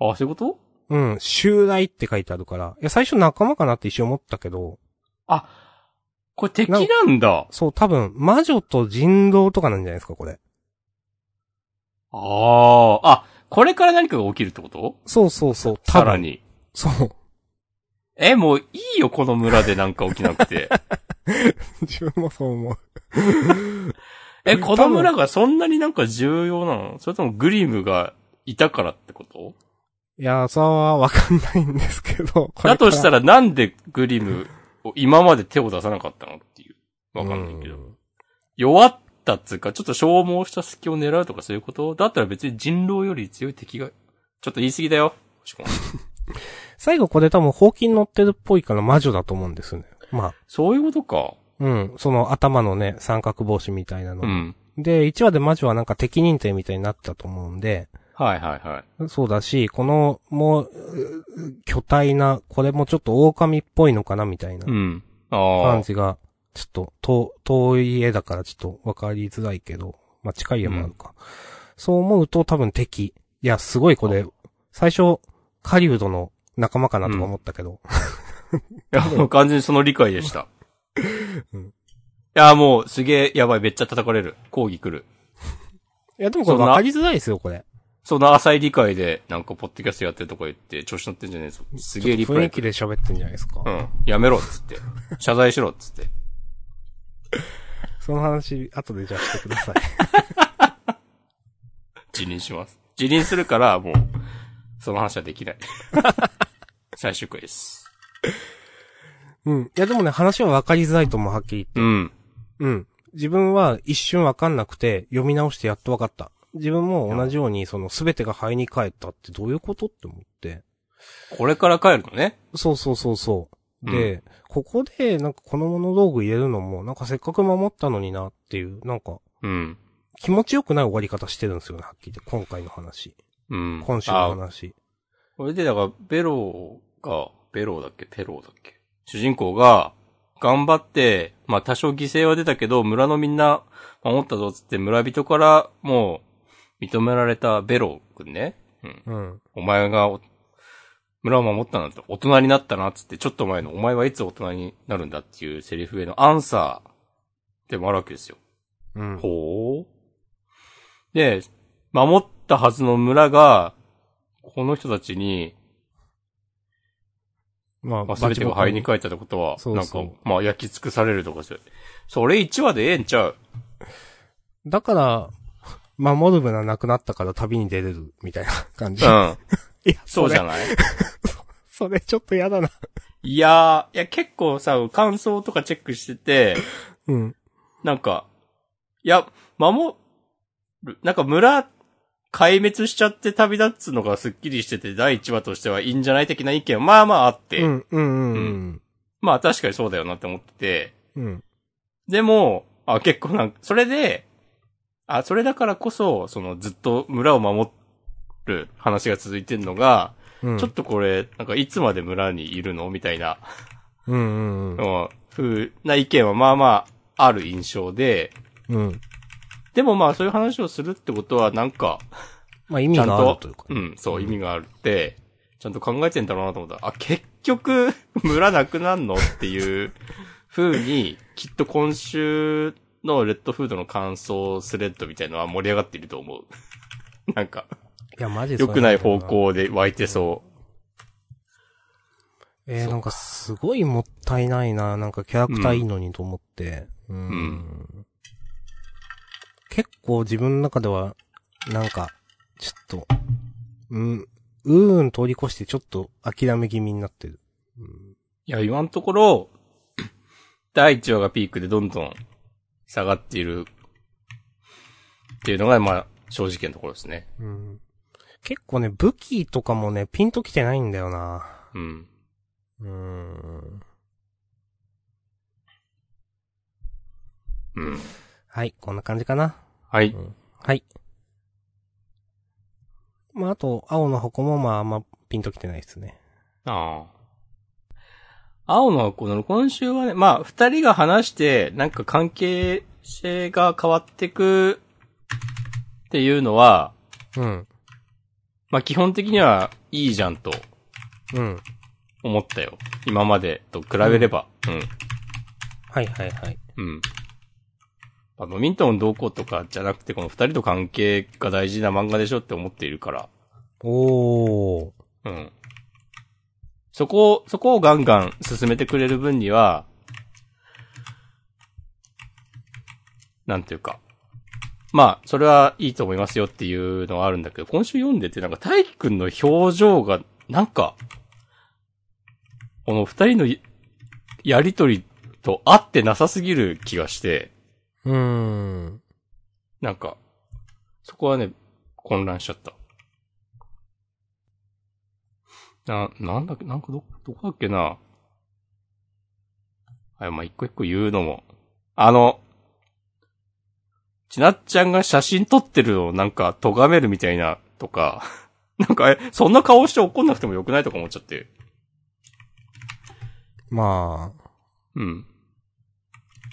Speaker 1: あ、そういうこと
Speaker 2: うん、襲来って書いてあるから。いや、最初仲間かなって一瞬思ったけど、
Speaker 1: あ、これ敵なんだ。
Speaker 2: そう、多分、魔女と人狼とかなんじゃないですか、これ。
Speaker 1: ああ、あ、これから何かが起きるってこと
Speaker 2: そうそうそう、多分
Speaker 1: さら。に。
Speaker 2: そう。
Speaker 1: え、もういいよ、この村でなんか起きなく て。
Speaker 2: 自分もそう思う。
Speaker 1: え、この村がそんなになんか重要なのそれともグリムがいたからってこと
Speaker 2: いや、それはわかんないんですけ ど。
Speaker 1: だとした
Speaker 2: ら、
Speaker 1: らなんでグリムを今まで手を出さなかったのっていう。わかんないけど
Speaker 2: う。
Speaker 1: 弱ったっつうか、ちょっと消耗した隙を狙うとかそういうことだったら別に人狼より強い敵が、ちょっと言い過ぎだよ。星子
Speaker 2: 最後これ多分、ほうきに乗ってるっぽいから魔女だと思うんですよね。まあ、
Speaker 1: そういうことか。
Speaker 2: うん、その頭のね、三角帽子みたいなの。
Speaker 1: うん。
Speaker 2: で、1話で魔女はなんか敵認定みたいになったと思うんで、
Speaker 1: はいはいはい。
Speaker 2: そうだし、この、もううう、巨大な、これもちょっと狼っぽいのかなみたいな
Speaker 1: うん。
Speaker 2: 感
Speaker 1: あ
Speaker 2: じが、ちょっと、と遠い絵だからちょっとわかりづらいけど、まあ、近い絵もあるか。そう思うと多分敵。いや、すごいこれ、最初、カリウドの仲間かなとか思ったけど。
Speaker 1: あ。いや、もう完全にその理解でした。
Speaker 2: うん
Speaker 1: いや、もうすげえやばい。めっちゃ叩かれる。抗議来る。
Speaker 2: いや、でもこ
Speaker 1: そ
Speaker 2: れ
Speaker 1: んな
Speaker 2: わかりづらいですよ、これ。
Speaker 1: そんな浅い理解で、なんか、ポッドキャストやってるとか言って、調子乗ってんじゃねえぞ。すげえ理
Speaker 2: ちょっと雰
Speaker 1: 解
Speaker 2: 囲。気で喋ってんじゃないですか。
Speaker 1: うん。やめろ、っつって。謝罪しろ、っつって。
Speaker 2: その話、後でじゃあしてください。
Speaker 1: 辞任します。辞任するから、もう、その話はできない。 最終回です。
Speaker 2: うん。いや、でもね、話はわかりづらいともはっきり言って
Speaker 1: うん。
Speaker 2: うん。自分は一瞬わかんなくて、読み直してやっとわかった。自分も同じように、その、すべてが灰に帰ったってどういうことって思って。
Speaker 1: これから帰るのね。
Speaker 2: そうそうそうそ
Speaker 1: う
Speaker 2: う。
Speaker 1: ん
Speaker 2: で、ここで、なんかこのモノローグ入れるのも、なんかせっかく守ったのになっていう、なんか、
Speaker 1: うん。
Speaker 2: 気持ちよくない終わり方してるんですよね、はっきり言って。今回の話。
Speaker 1: うん。
Speaker 2: 今週の
Speaker 1: あ、
Speaker 2: 話。
Speaker 1: これで、だから、ベローが、ベローだっけペローだっけ主人公が、頑張って、まあ多少犠牲は出たけど、村のみんな守ったぞっつって、村人からもう認められたベローくんね。うん。
Speaker 2: うん。
Speaker 1: お前がお村を守ったなんて大人になったなっつって、ちょっと前のお前はいつ大人になるんだっていうセリフへのアンサーでもあるわけですよ。
Speaker 2: うん。
Speaker 1: ほう。で、守ったはずの村が、この人たちに、
Speaker 2: まあ
Speaker 1: まあ、全てが灰に帰ったってことは、
Speaker 2: そうそう
Speaker 1: なんか、まあ、焼き尽くされるとかそうそれ1話でええんち ゃう
Speaker 2: だから、守る部がなくなったから旅に出れる、みたいな感じ。
Speaker 1: う
Speaker 2: い
Speaker 1: ん。
Speaker 2: や、
Speaker 1: そうじゃ
Speaker 2: ん。
Speaker 1: ない
Speaker 2: それちょっと嫌だな。
Speaker 1: いやー、いや、結構さ、感想とかチェックしてて、
Speaker 2: うん。
Speaker 1: なんか、いや、守る、なんか村、壊滅しちゃって旅立つのがスッキリしてて、第1話としてはいいんじゃない的な意見は、まあまああって、
Speaker 2: うん、うん、うん。
Speaker 1: まあ確かにそうだよなって思ってて、
Speaker 2: うん。
Speaker 1: でも、あ、結構なんか、それで、あ、それだからこそ、そのずっと村を守る話が続いてるのが、
Speaker 2: うん。
Speaker 1: ちょっとこれ、なんかいつまで村にいるのみたいな、
Speaker 2: うんうんうん。
Speaker 1: うん風な意見はまあまあある印象で、
Speaker 2: うん。
Speaker 1: でもまあそういう話をするってことはなんか、
Speaker 2: まあ意味
Speaker 1: ちゃん
Speaker 2: があ
Speaker 1: と
Speaker 2: るというか、
Speaker 1: う
Speaker 2: ね。
Speaker 1: ん、そう、意味があるって、ちゃんと考えてんだろうなと思ったら、あ、結局、 村なくなんのっていう風に、 きっと今週のレッドフードの感想スレッドみたいのは盛り上がっていると思う。 なんか、
Speaker 2: いや、マジでそ
Speaker 1: 良
Speaker 2: う
Speaker 1: くない方。向で湧いてそ
Speaker 2: え
Speaker 1: そ
Speaker 2: ー、
Speaker 1: う
Speaker 2: なんかすごいもったいないな。なんかキャラクターいいのにと思って。うん。
Speaker 1: ん
Speaker 2: 結構自分の中では、なんか、ちょっと、うん、うーん通り越してちょっと諦め気味になってる。うん、
Speaker 1: う。いや、今のところ、第1話がピークでどんどん下がっているっていうのが、まあ、正直なところですね。
Speaker 2: うん。結構ね、武器とかもね、ピンときてないんだよな。
Speaker 1: うん。
Speaker 2: うん。
Speaker 1: うん。
Speaker 2: はい、こんな感じかな。
Speaker 1: はい。
Speaker 2: はい。まあ、あと、青の箱もまあ、あんまピンときてないですね。
Speaker 1: ああ。青の子の今週はね、まあ、二人が話して、なんか関係性が変わってくっていうのは、
Speaker 2: うん。
Speaker 1: まあ基本的にはいいじゃんと
Speaker 2: うん。
Speaker 1: 思ったよ。今までと比べれば。
Speaker 2: はいはいはい。
Speaker 1: うん。うん。バドミントンどうこうとかじゃなくて、この二人と関係が大事な漫画でしょって思っているから。
Speaker 2: おー。
Speaker 1: うん。そこを、そこをガンガン進めてくれる分には、なんていうか。まあ、それはいいと思いますよっていうのはあるんだけど、今週読んでてなんか大輝くんの表情が、なんか、この二人のいやりとりと合ってなさすぎる気がして、
Speaker 2: うーん。
Speaker 1: なんか、そこはね、混乱しちゃった。な、なんだっけ、なんかど、どこだっけな。あ、いやまあ、一個一個言うのも。あの、ちなっちゃんが写真撮ってるのをなんか咎めるみたいなとか、 なんか、え、そんな顔して怒んなくてもよくないとか思っちゃって。
Speaker 2: まあ、
Speaker 1: うん。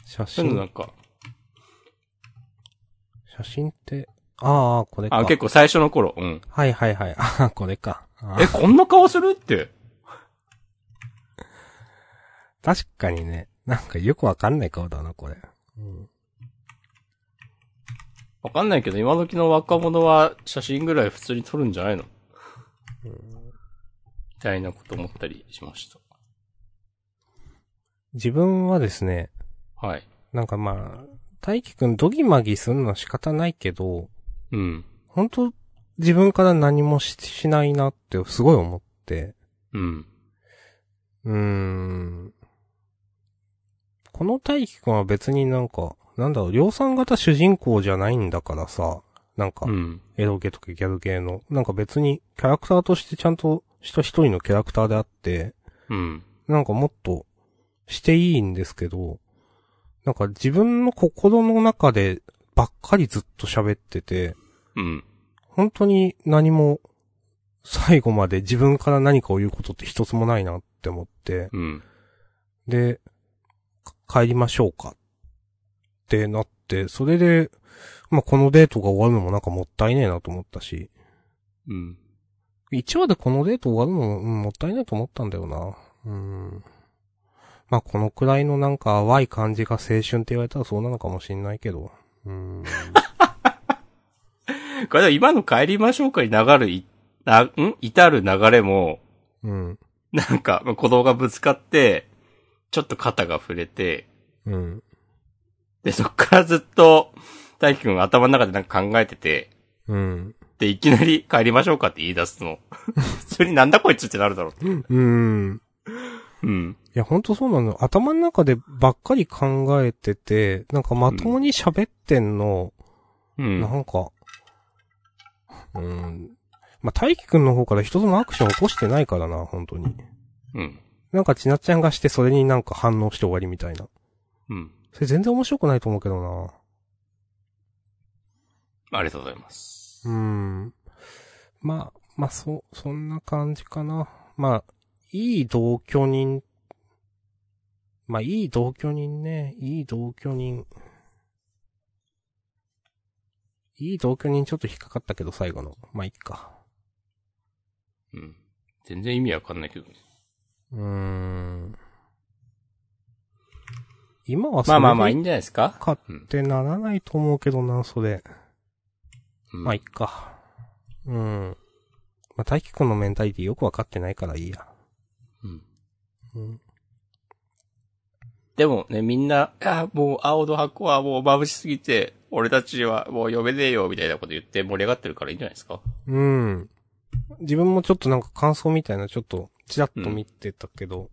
Speaker 2: 写
Speaker 1: そういうのな
Speaker 2: 真
Speaker 1: ん、か、
Speaker 2: 写真って、ああ、これか。
Speaker 1: あ、結構最初の頃、うん。
Speaker 2: はいはいはい。 ああ、これか。あー
Speaker 1: え、こんな顔するって。
Speaker 2: 確かにね、なんかよくわかんない顔だな、これ。うん。
Speaker 1: わかんないけど、今時の若者は写真ぐらい普通に撮るんじゃないのみたいなこと思ったりしました。
Speaker 2: 自分はですね、
Speaker 1: はい。
Speaker 2: なんかまあ、大輝くんドギマギするのは仕方ないけど、
Speaker 1: うん。
Speaker 2: 本当自分から何もししないなってすごい思って、
Speaker 1: うん。
Speaker 2: うーん。この大輝くんは別になんか、なんだろう、量産型主人公じゃないんだからさ、なんか
Speaker 1: う、ん。
Speaker 2: エロゲとかギャル系の、なんか別にキャラクターとしてちゃんとした一人のキャラクターであって、
Speaker 1: うん。
Speaker 2: なんかもっとしていいんですけど、なんか自分の心の中でばっかりずっと喋ってて、
Speaker 1: うん。
Speaker 2: 本当に何も最後まで自分から何かを言うことって一つもないなって思って、
Speaker 1: うん。
Speaker 2: で、か帰りましょうかってなって、それで、まあ、このデートが終わるのもなんかもったいねえなと思ったし、
Speaker 1: うん。
Speaker 2: 1話でこのデート終わるのも、うんもったいないと思ったんだよな。うん。まあ、このくらいのなんか淡い感じが青春って言われたらそうなのかもしんないけど。うん。
Speaker 1: これでも今の帰りましょうかに流るい、な、ん至る流れも、
Speaker 2: うん。
Speaker 1: なんか、まあ鼓動がぶつかって、ちょっと肩が触れて、
Speaker 2: うん。
Speaker 1: で、そっからずっと、大輝くんが頭の中でなんか考えてて、
Speaker 2: うん。
Speaker 1: で、いきなり帰りましょうかって言い出すの。 普通になんだこいつってなるだろう。
Speaker 2: うん。
Speaker 1: うん。
Speaker 2: いや、ほんとそうなのよ。頭の中でばっかり考えてて、なんかまともに喋ってんの、
Speaker 1: うん。
Speaker 2: なんか、うん。まあ、大輝くんの方から一つもアクション起こしてないからな、本当に。
Speaker 1: うん。
Speaker 2: なんかちなっちゃんがして、それになんか反応して終わりみたいな。
Speaker 1: うん。
Speaker 2: それ全然面白くないと思うけどな。
Speaker 1: ありがとうございます。
Speaker 2: うん。まあ、まあ、そ、そんな感じかな。まあ、いい同居人。まあ、いい同居人ね。いい同居人。いい同居人ちょっと引っかかったけど、最後の。まあ、いっか。
Speaker 1: うん。全然意味わかんないけど。
Speaker 2: うーん。今はそ
Speaker 1: まあまあまあ、いい
Speaker 2: れで
Speaker 1: んじゃないですか
Speaker 2: かってならないと思うけどな、それ。
Speaker 1: うん
Speaker 2: まあ、いっか。うん。まあ、大輝くんのメンタリティよくわかってないからいいや。
Speaker 1: うん
Speaker 2: うん。
Speaker 1: でもね、みんな、あもう青の箱はもう眩しすぎて、俺たちはもう読めねえよ、みたいなこと言って盛り上がってるからいいんじゃないですか
Speaker 2: うん。自分もちょっとなんか感想みたいなちょっとちらっと見てたけど、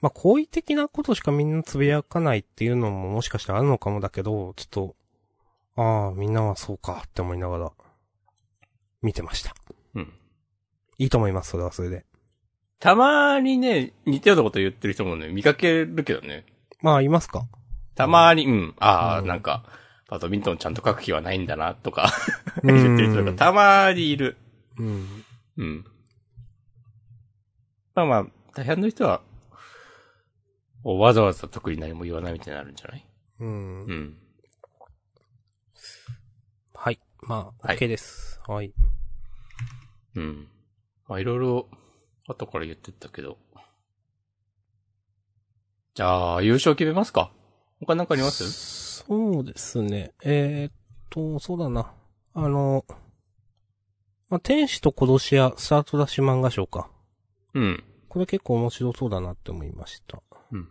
Speaker 2: まあ好意的なことしかみんなつぶやかないっていうのももしかしたらあるのかもだけど、ちょっと、ああ、みんなはそうかって思いながら、見てました。
Speaker 1: うん。
Speaker 2: いいと思います、それはそれで。
Speaker 1: たまにね、似たようなこと言ってる人もね、見かけるけどね。
Speaker 2: まあ、いますか
Speaker 1: たまに、うん、ああ、
Speaker 2: うん
Speaker 1: なんか、バドミントンちゃんと書く気はないんだな、とか、
Speaker 2: うん
Speaker 1: 言ってる人がたまにいる。
Speaker 2: うん。
Speaker 1: うん。まあまあ、大半の人は、わざわざ特に何も言わないみたいになるんじゃない
Speaker 2: うん
Speaker 1: う。ん。
Speaker 2: はい。まあ、
Speaker 1: はい
Speaker 2: OK です。はい。
Speaker 1: うん。まあ、いろいろ、後から言ってったけど。じゃあ、優勝決めますか他なんかあります
Speaker 2: そうですね。えーっと、そうだな。あの、まあ、天使と殺し屋、スタートダッシュ漫画賞か。
Speaker 1: うん。
Speaker 2: これ結構面白そうだなって思いました。
Speaker 1: うん。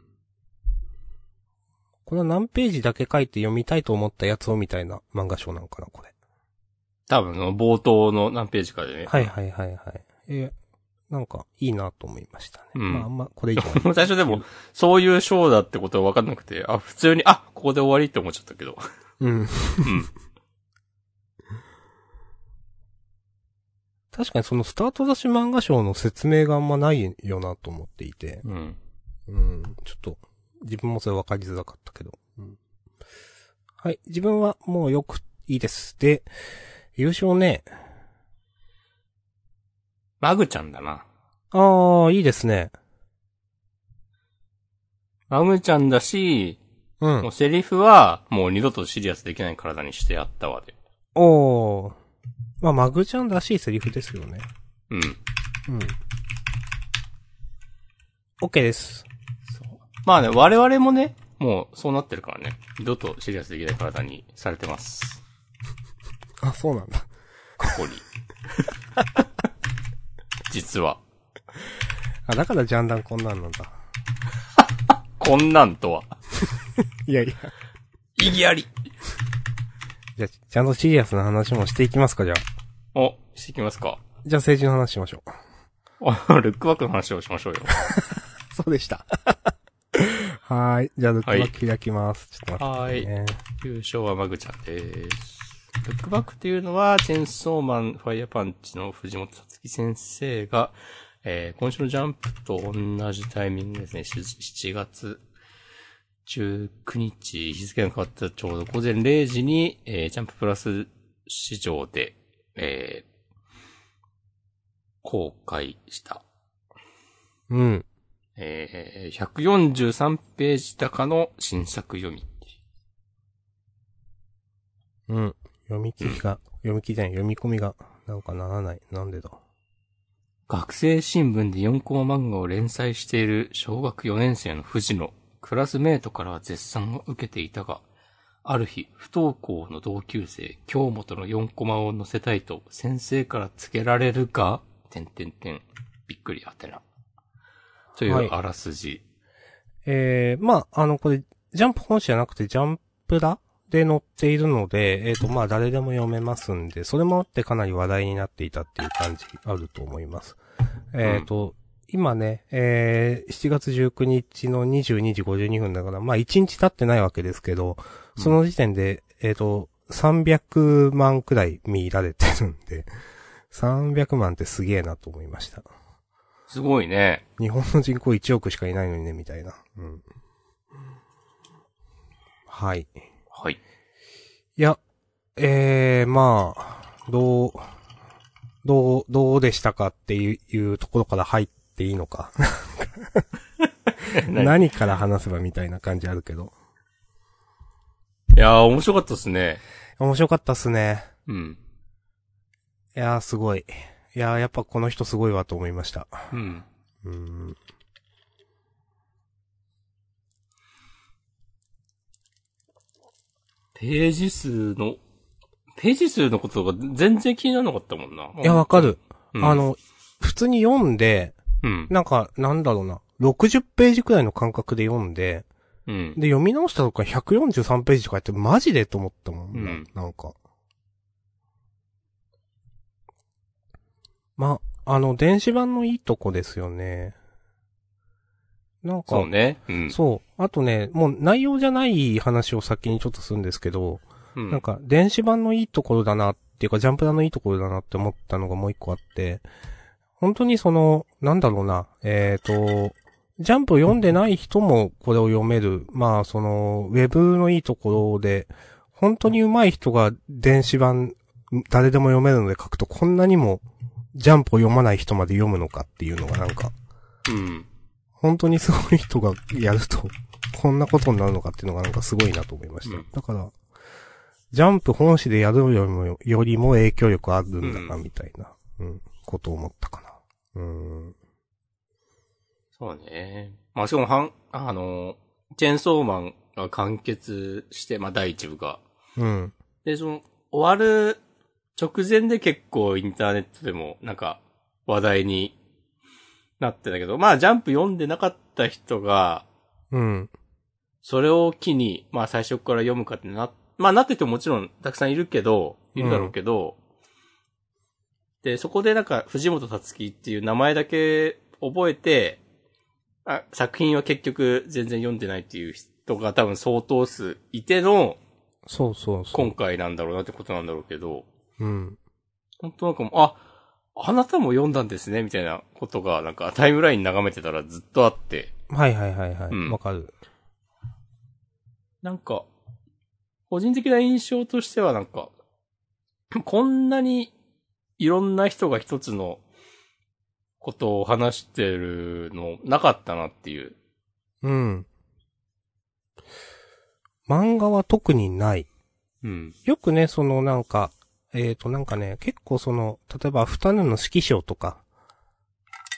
Speaker 2: これは何ページだけ書いて読みたいと思ったやつをみたいな漫画賞なのかな、これ。
Speaker 1: 多分、の冒頭の何ページかでね。
Speaker 2: はいはいはいはい。えーなんか、いいなと思いましたね。
Speaker 1: うん
Speaker 2: まあ、あんま、これ以上 は。
Speaker 1: もう最初でも、そういうショーだってことは分かんなくて、あ、普通に、あ、ここで終わりって思っちゃったけど。
Speaker 2: うん。確かにそのスタート出し漫画賞の説明があんまないよなと思っていて。
Speaker 1: うん。
Speaker 2: うん。ちょっと、自分もそれ分かりづらかったけど。うんはい。自分はもうよく、いいです。で、優勝ね。
Speaker 1: マグちゃんだな。
Speaker 2: ああ、いいですね。
Speaker 1: マグちゃんだし、
Speaker 2: う。
Speaker 1: もうんセリフは、もう二度とシリアスできない体にしてやったわで。
Speaker 2: おー。まあ、マグちゃんらしいセリフですよね。
Speaker 1: うん。
Speaker 2: うん。OK です。
Speaker 1: まあね、我々もね、もうそうなってるからね。二度とシリアスできない体にされてます。
Speaker 2: あ、そうなんだ。
Speaker 1: 過 去に。実は。
Speaker 2: あ、だからジャンダンこんなんなんだ。
Speaker 1: こんなんとは。
Speaker 2: いやいや。
Speaker 1: 意義あり。
Speaker 2: じゃあ、ちゃんとシリアスな話もしていきますか、じゃあ。
Speaker 1: お、していきますか。
Speaker 2: じゃあ政治の話しましょ
Speaker 1: あ ルックバックの話をしましょうよ。
Speaker 2: う。 そうでした。はーい。じゃあ、ルックバック開きます。ちょっと
Speaker 1: は
Speaker 2: 待って、
Speaker 1: ーい。
Speaker 2: ね。
Speaker 1: 優勝はマグちゃんです。ルックバックっていうのは、チェンソーマン、ファイヤーパンチの藤本さつき先生が、えー今週のジャンプと同じタイミングですね、し7月19日、日付が変わったちょうど午前0時に、えージャンププラス市場で、えー公開した、
Speaker 2: うん。
Speaker 1: えー143ページ高の新作読みっていう
Speaker 2: うん。読み切りが、読み切りじゃない、読み込みが、なんかならない。なんでだ。
Speaker 1: 学生新聞で4コマ漫画を連載している小学4年生の藤野。クラスメートからは絶賛を受けていたが、ある日、不登校の同級生、京本の4コマを載せたいと、先生から告げられるが、てんてんてん、びっくりあてな。とい
Speaker 2: は
Speaker 1: う
Speaker 2: い
Speaker 1: あらすじ。
Speaker 2: えー、まあ、あの、これ、ジャンプ本誌じゃなくて、ジャンプラで載っているので、えっ、と、まあ、誰でも読めますんで、それもあってかなり話題になっていたっていう感じあると思います。えっ、と、今ね、えー、7月19日の22時52分だから、まあ、1日経ってないわけですけど、その時点で、えっ、と、300万くらい見られてるんで、300万ってすげえなと思いました。
Speaker 1: すごいね。
Speaker 2: 日本の人口1億しかいないのにね、みたいな。うん。はい。い
Speaker 1: はい。
Speaker 2: や、えー、まあ、どう、どう、どうでしたかっていういうところから入っていい のか。何から話せばみたいな感じあるけど。
Speaker 1: いやー、面白かったですね。
Speaker 2: 面白かったっすね。
Speaker 1: うん。
Speaker 2: いやーすごい。いやーやっぱこの人すごいわと思いました。
Speaker 1: うん。
Speaker 2: うーん。
Speaker 1: ページ数の、ページ数のことが全然気にならなかったもんな。
Speaker 2: いや、わかる。
Speaker 1: うん、
Speaker 2: あ、の、普通に読んで、
Speaker 1: うん。
Speaker 2: なんか、なんだろうな。60ページくらいの感覚で読んで、
Speaker 1: うん。
Speaker 2: で、読み直したとか143ページとかやって、マジでと思ったもん、
Speaker 1: うん
Speaker 2: なんか。ま、あの、電子版のいいとこですよね。なんか、
Speaker 1: そうね。うん。
Speaker 2: そう。あとね、もう内容じゃない話を先にちょっとするんですけど、
Speaker 1: うん。
Speaker 2: なんか、電子版のいいところだなっていうか、ジャンプラのいいところだなって思ったのがもう一個あって、本当にその、なんだろうな、えっ、と、ジャンプを読んでない人もこれを読める。まあ、その、ウェブのいいところで、本当に上手い人が電子版、誰でも読めるので書くと、こんなにも、ジャンプを読まない人まで読むのかっていうのがなんか、
Speaker 1: うん。
Speaker 2: 本当にすごい人がやると、 こんなことになるのかっていうのがなんかすごいなと思いました。
Speaker 1: うん
Speaker 2: だから、ジャンプ本誌でやるよりも、よりも影響力あるんだな、
Speaker 1: うん
Speaker 2: みたいな、うん、ことを思ったかな。うん。
Speaker 1: そうね。まあ、しかも、はん、あの、チェーンソーマンが完結して、まあ、第一部が。
Speaker 2: うん。
Speaker 1: で、その、終わる直前で結構インターネットでも、なんか、話題になってたけど、まあ、ジャンプ読んでなかった人が、
Speaker 2: うん。
Speaker 1: それを機に、まあ最初から読むかってな、まあなっててももちろんたくさんいるけど、いるだろうけど、で、そこでなんか藤本たつきっていう名前だけ覚えて、あ作品は結局全然読んでないっていう人が多分相当数いての
Speaker 2: そうそうそ
Speaker 1: 今
Speaker 2: う。
Speaker 1: 回なんだろうなってことなんだろうけど、
Speaker 2: うん。
Speaker 1: 本当なんかもう、あ、あなたも読んだんですね、みたいなことがなんかタイムライン眺めてたらずっとあって、
Speaker 2: はいはいはいはい。わ、
Speaker 1: うん
Speaker 2: かる。
Speaker 1: なんか、個人的な印象としてはなんか、 こんなにいろんな人が一つのことを話してるのなかったなっていう。
Speaker 2: うん。漫画は特にない。
Speaker 1: うん。
Speaker 2: よくね、そのなんか、えっ、となんかね、結構その、例えばアフタヌーンの指揮書とか、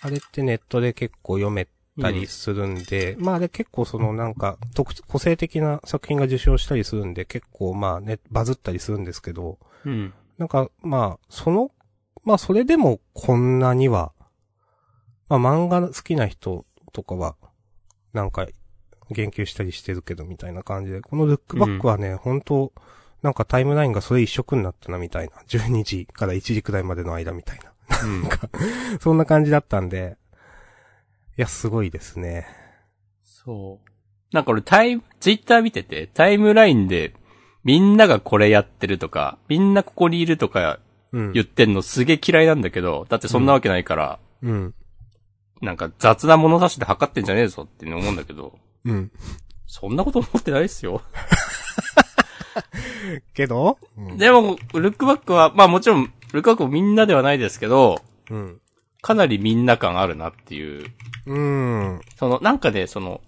Speaker 2: あれってネットで結構読めたりするんで、まああれ結構そのなんか、特、個性的な作品が受賞したりするんで、結構まあね、バズったりするんですけど、
Speaker 1: うん。
Speaker 2: なんか、まあ、その、まあ、それでもこんなには、まあ、漫画好きな人とかは、なんか、言及したりしてるけど、みたいな感じで、このルックバックはね、本当なんかタイムラインがそれ一色になったな、みたいな。12時から1時くらいまでの間、みたいな。
Speaker 1: うん、
Speaker 2: そんな感じだったんで、いや、すごいですね。
Speaker 1: そう。なんか俺タイム、ツイッター見てて、タイムラインで、みんながこれやってるとか、みんなここにいるとか
Speaker 2: うん。
Speaker 1: 言ってんのすげえ嫌いなんだけど、だってそんなわけないから、
Speaker 2: うん。
Speaker 1: なんか雑な物差しで測ってんじゃねえぞって思うんだけど、
Speaker 2: うん。
Speaker 1: そんなこと思ってないっすよ。
Speaker 2: けど、うん
Speaker 1: でも、ルックバックは、まあもちろん、ルックバックもみんなではないですけど、
Speaker 2: うん。
Speaker 1: かなりみんな感あるなっていう。
Speaker 2: うん。
Speaker 1: その、なんかね、その、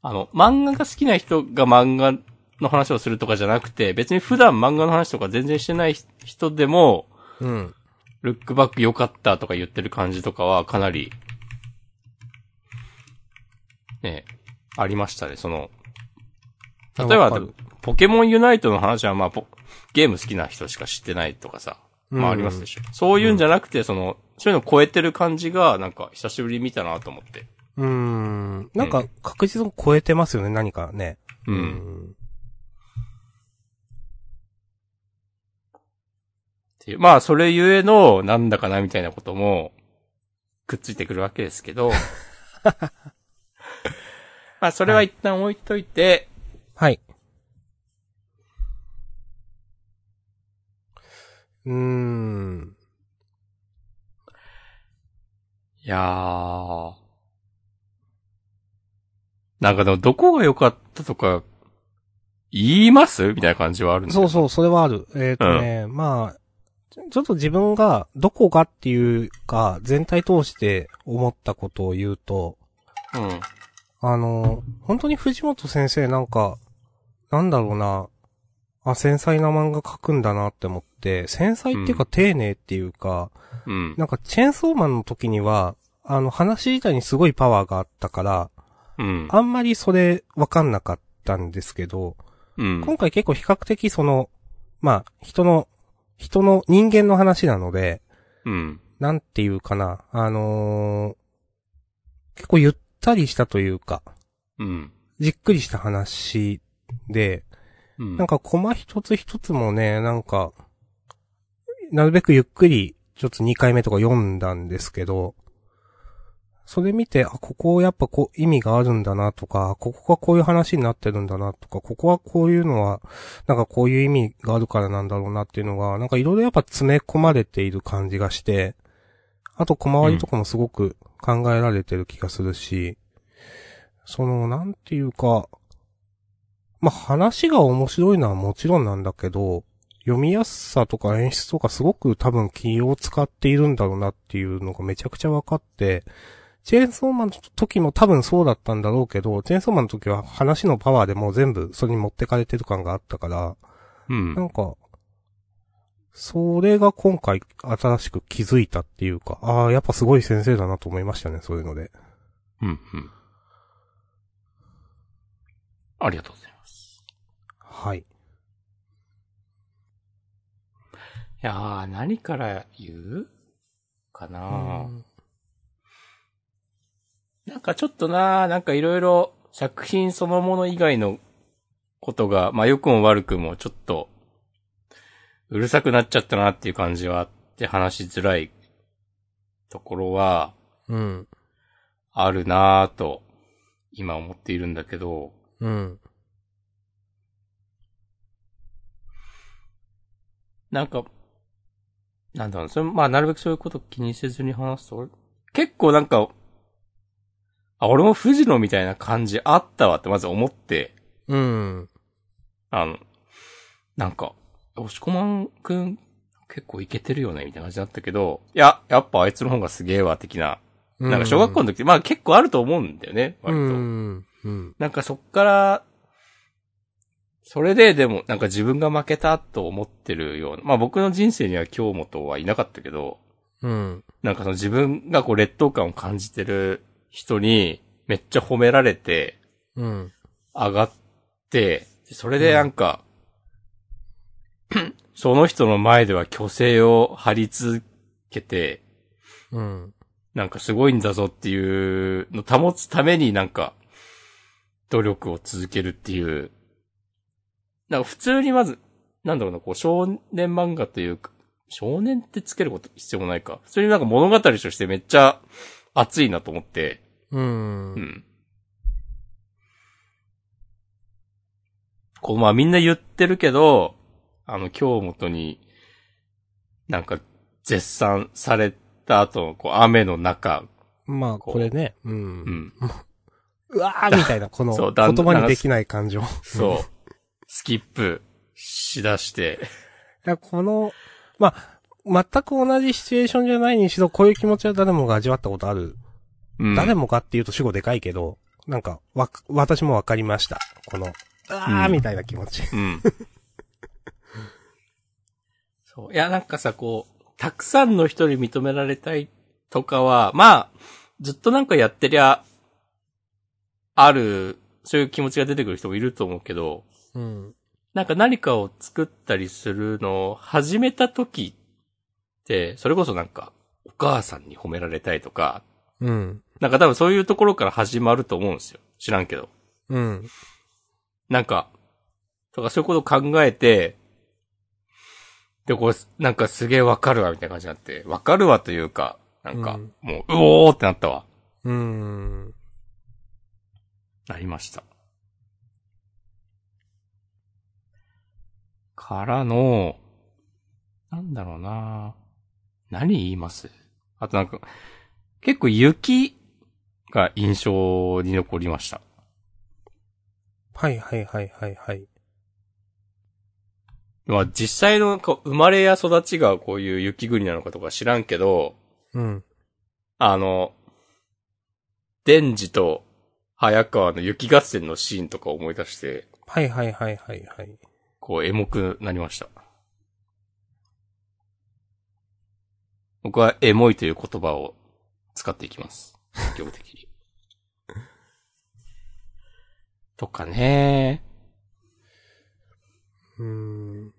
Speaker 1: あの、漫画が好きな人が漫画の話をするとかじゃなくて、別に普段漫画の話とか全然してない人でも、
Speaker 2: うん。
Speaker 1: ルックバック良かったとか言ってる感じとかはかなり、ね、ありましたね、その、例え
Speaker 2: わ
Speaker 1: ば
Speaker 2: かる、
Speaker 1: ポケモンユナイトの話はまあ、ポゲーム好きな人しか知ってないとかさ、まあありますでしょ。そういうんじゃなくて、その、そういうのを超えてる感じが、なんか、久しぶりに見たなと思って。
Speaker 2: うーん。なんか、確実に超えてますよね、何かね。
Speaker 1: うん。
Speaker 2: うん。
Speaker 1: っていうまあ、それゆえの、なんだかなみたいなことも、くっついてくるわけですけ ど、まあ、それは一旦置いといて、
Speaker 2: はい。うーん。
Speaker 1: い、やー。なんかでも、どこが良かったとか、言いますみたいな感じはあるんだ
Speaker 2: そう
Speaker 1: よ
Speaker 2: そう、それはある。えっ、とね、まあ、ちょちょっと自分が、どこがっていうか、全体通して思ったことを言うと、
Speaker 1: うん。
Speaker 2: あの、本当に藤本先生なんか、なんだろうな、あ、繊細な漫画描くんだなって思って、繊細っていうか丁寧っていうか、
Speaker 1: うん。
Speaker 2: なんかチェーンソーマンの時には、あの話自体にすごいパワーがあったから、
Speaker 1: うん。
Speaker 2: あんまりそれわかんなかったんですけど、
Speaker 1: うん。
Speaker 2: 今回結構比較的その、まあ、人の、人の人間の話なので、
Speaker 1: うん。
Speaker 2: なんていうかな、あのー結構ゆったりしたというか、
Speaker 1: うん。
Speaker 2: じっくりした話で、
Speaker 1: うん。
Speaker 2: なんかコマ一つ一つもね、なんか、なるべくゆっくり、ちょっと2回目とか読んだんですけど、それ見て、あ、ここやっぱこう意味があるんだなとか、ここがこういう話になってるんだなとか、ここはこういうのは、なんかこういう意味があるからなんだろうなっていうのが、なんかいろいろやっぱ詰め込まれている感じがして、あと小回りとかもすごく考えられてる気がするし、その、なんていうか、まあ、話が面白いのはもちろんなんだけど、読みやすさとか演出とかすごく多分気を使っているんだろうなっていうのがめちゃくちゃ分かって、チェーンソーマンの時も多分そうだったんだろうけど、チェーンソーマンの時は話のパワーでもう全部それに持ってかれてる感があったから、
Speaker 1: うん
Speaker 2: なんか、それが今回新しく気づいたっていうか、ああ、やっぱすごい先生だなと思いましたね、そういうので。
Speaker 1: うん。うん。ありがとうございます。
Speaker 2: はい。
Speaker 1: いやー、何から言うかなーなんかちょっとなー、なんかいろいろ作品そのもの以外のことが、まあ良くも悪くもちょっと、うるさくなっちゃったなっていう感じはあって話しづらいところは
Speaker 2: うん。
Speaker 1: あるなーと、今思っているんだけど、
Speaker 2: うん。
Speaker 1: なんか、なんだろう、それ、まあ、なるべくそういうこと気にせずに話すと、俺結構なんか、あ、俺も藤野みたいな感じあったわってまず思って、
Speaker 2: うん。
Speaker 1: あの、なんか、押し込まんくん、結構いけてるよね、みたいな感じだったけど、いや、やっぱあいつの方がすげえわ、的な。なんか小学校の時、まあ結構あると思うんだよね、割と。
Speaker 2: うん。うん。
Speaker 1: なんかそっから、それででも、なんか自分が負けたと思ってるような、まあ僕の人生には京本はいなかったけど、
Speaker 2: うん。
Speaker 1: なんかその自分がこう劣等感を感じてる人にめっちゃ褒められて
Speaker 2: うん。
Speaker 1: 上がって、それでなんか、 その人の前では虚勢を張り続けて、
Speaker 2: うん。
Speaker 1: なんかすごいんだぞっていうのを保つためになんか、努力を続けるっていう。なんか普通にまず、なんだろうな、こう少年漫画というか、少年ってつけること必要もないか。普通になんか物語としてめっちゃ熱いなと思って、
Speaker 2: うん。
Speaker 1: う
Speaker 2: うん。
Speaker 1: ん。こう、まあみんな言ってるけど、あの、京本に、なんか、絶賛された後の、こう、雨の中、
Speaker 2: まあ、
Speaker 1: こう
Speaker 2: これね。う。
Speaker 1: うんん。
Speaker 2: うわーみたいな、この、
Speaker 1: そうだん
Speaker 2: 言葉にできない感情。 い
Speaker 1: そう。スキップしだして。
Speaker 2: や、この、まあ、全く同じシチュエーションじゃないにしろ、こういう気持ちは誰もが味わったことある。
Speaker 1: うん
Speaker 2: 誰もがっていうと主語でかいけど、なんか、わ、私もわかりました。この、あーみたいな気持ち。
Speaker 1: うん。 そう。いや、なんかさ、こう、たくさんの人に認められたいとかは、まあ、ずっとなんかやってりゃ、ある、そういう気持ちが出てくる人もいると思うけど、
Speaker 2: うん。
Speaker 1: なんか何かを作ったりするのを始めた時って、それこそなんか、お母さんに褒められたいとか、
Speaker 2: うん。
Speaker 1: なんか多分そういうところから始まると思うんですよ。知らんけど。
Speaker 2: うん。
Speaker 1: なんか、とかそういうことを考えて、で、こう、なんかすげえわかるわ、みたいな感じになって、わかるわというか、なんか
Speaker 2: うん、
Speaker 1: もう、うおーってなったわ。
Speaker 2: うん。
Speaker 1: なりました。からの、なんだろうな何言いますあとなんか、結構雪が印象に残りました。
Speaker 2: はいはいはいはいはい。
Speaker 1: まあ実際のこう生まれや育ちがこういう雪国なのかとか知らんけど、
Speaker 2: うん。
Speaker 1: あの、デンジと早川の雪合戦のシーンとか思い出して、
Speaker 2: はいはいはいはいはい。
Speaker 1: ここう、エモくなりました。僕はエモいという言葉を使っていきます。積極的に。とかね。
Speaker 2: うーん。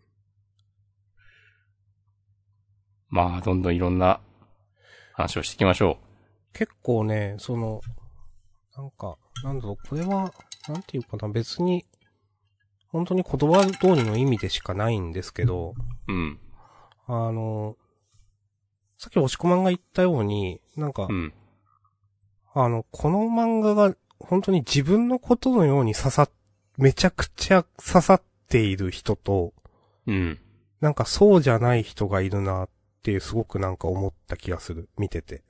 Speaker 1: まあ、どんどんいろんな話をしていきましょ
Speaker 2: 結構ね、その、なんか、なんだろう、これは、なんていうかな、別に、本当に言葉通りの意味でしかないんですけど、
Speaker 1: う。うん。
Speaker 2: あの、さっき押し込まんが言ったように、なんか、
Speaker 1: うん。
Speaker 2: あの、この漫画が本当に自分のことのように刺さっ、めちゃくちゃ刺さっている人と、
Speaker 1: うん。
Speaker 2: なんかそうじゃない人がいるなってすごくなんか思った気がする、見てて。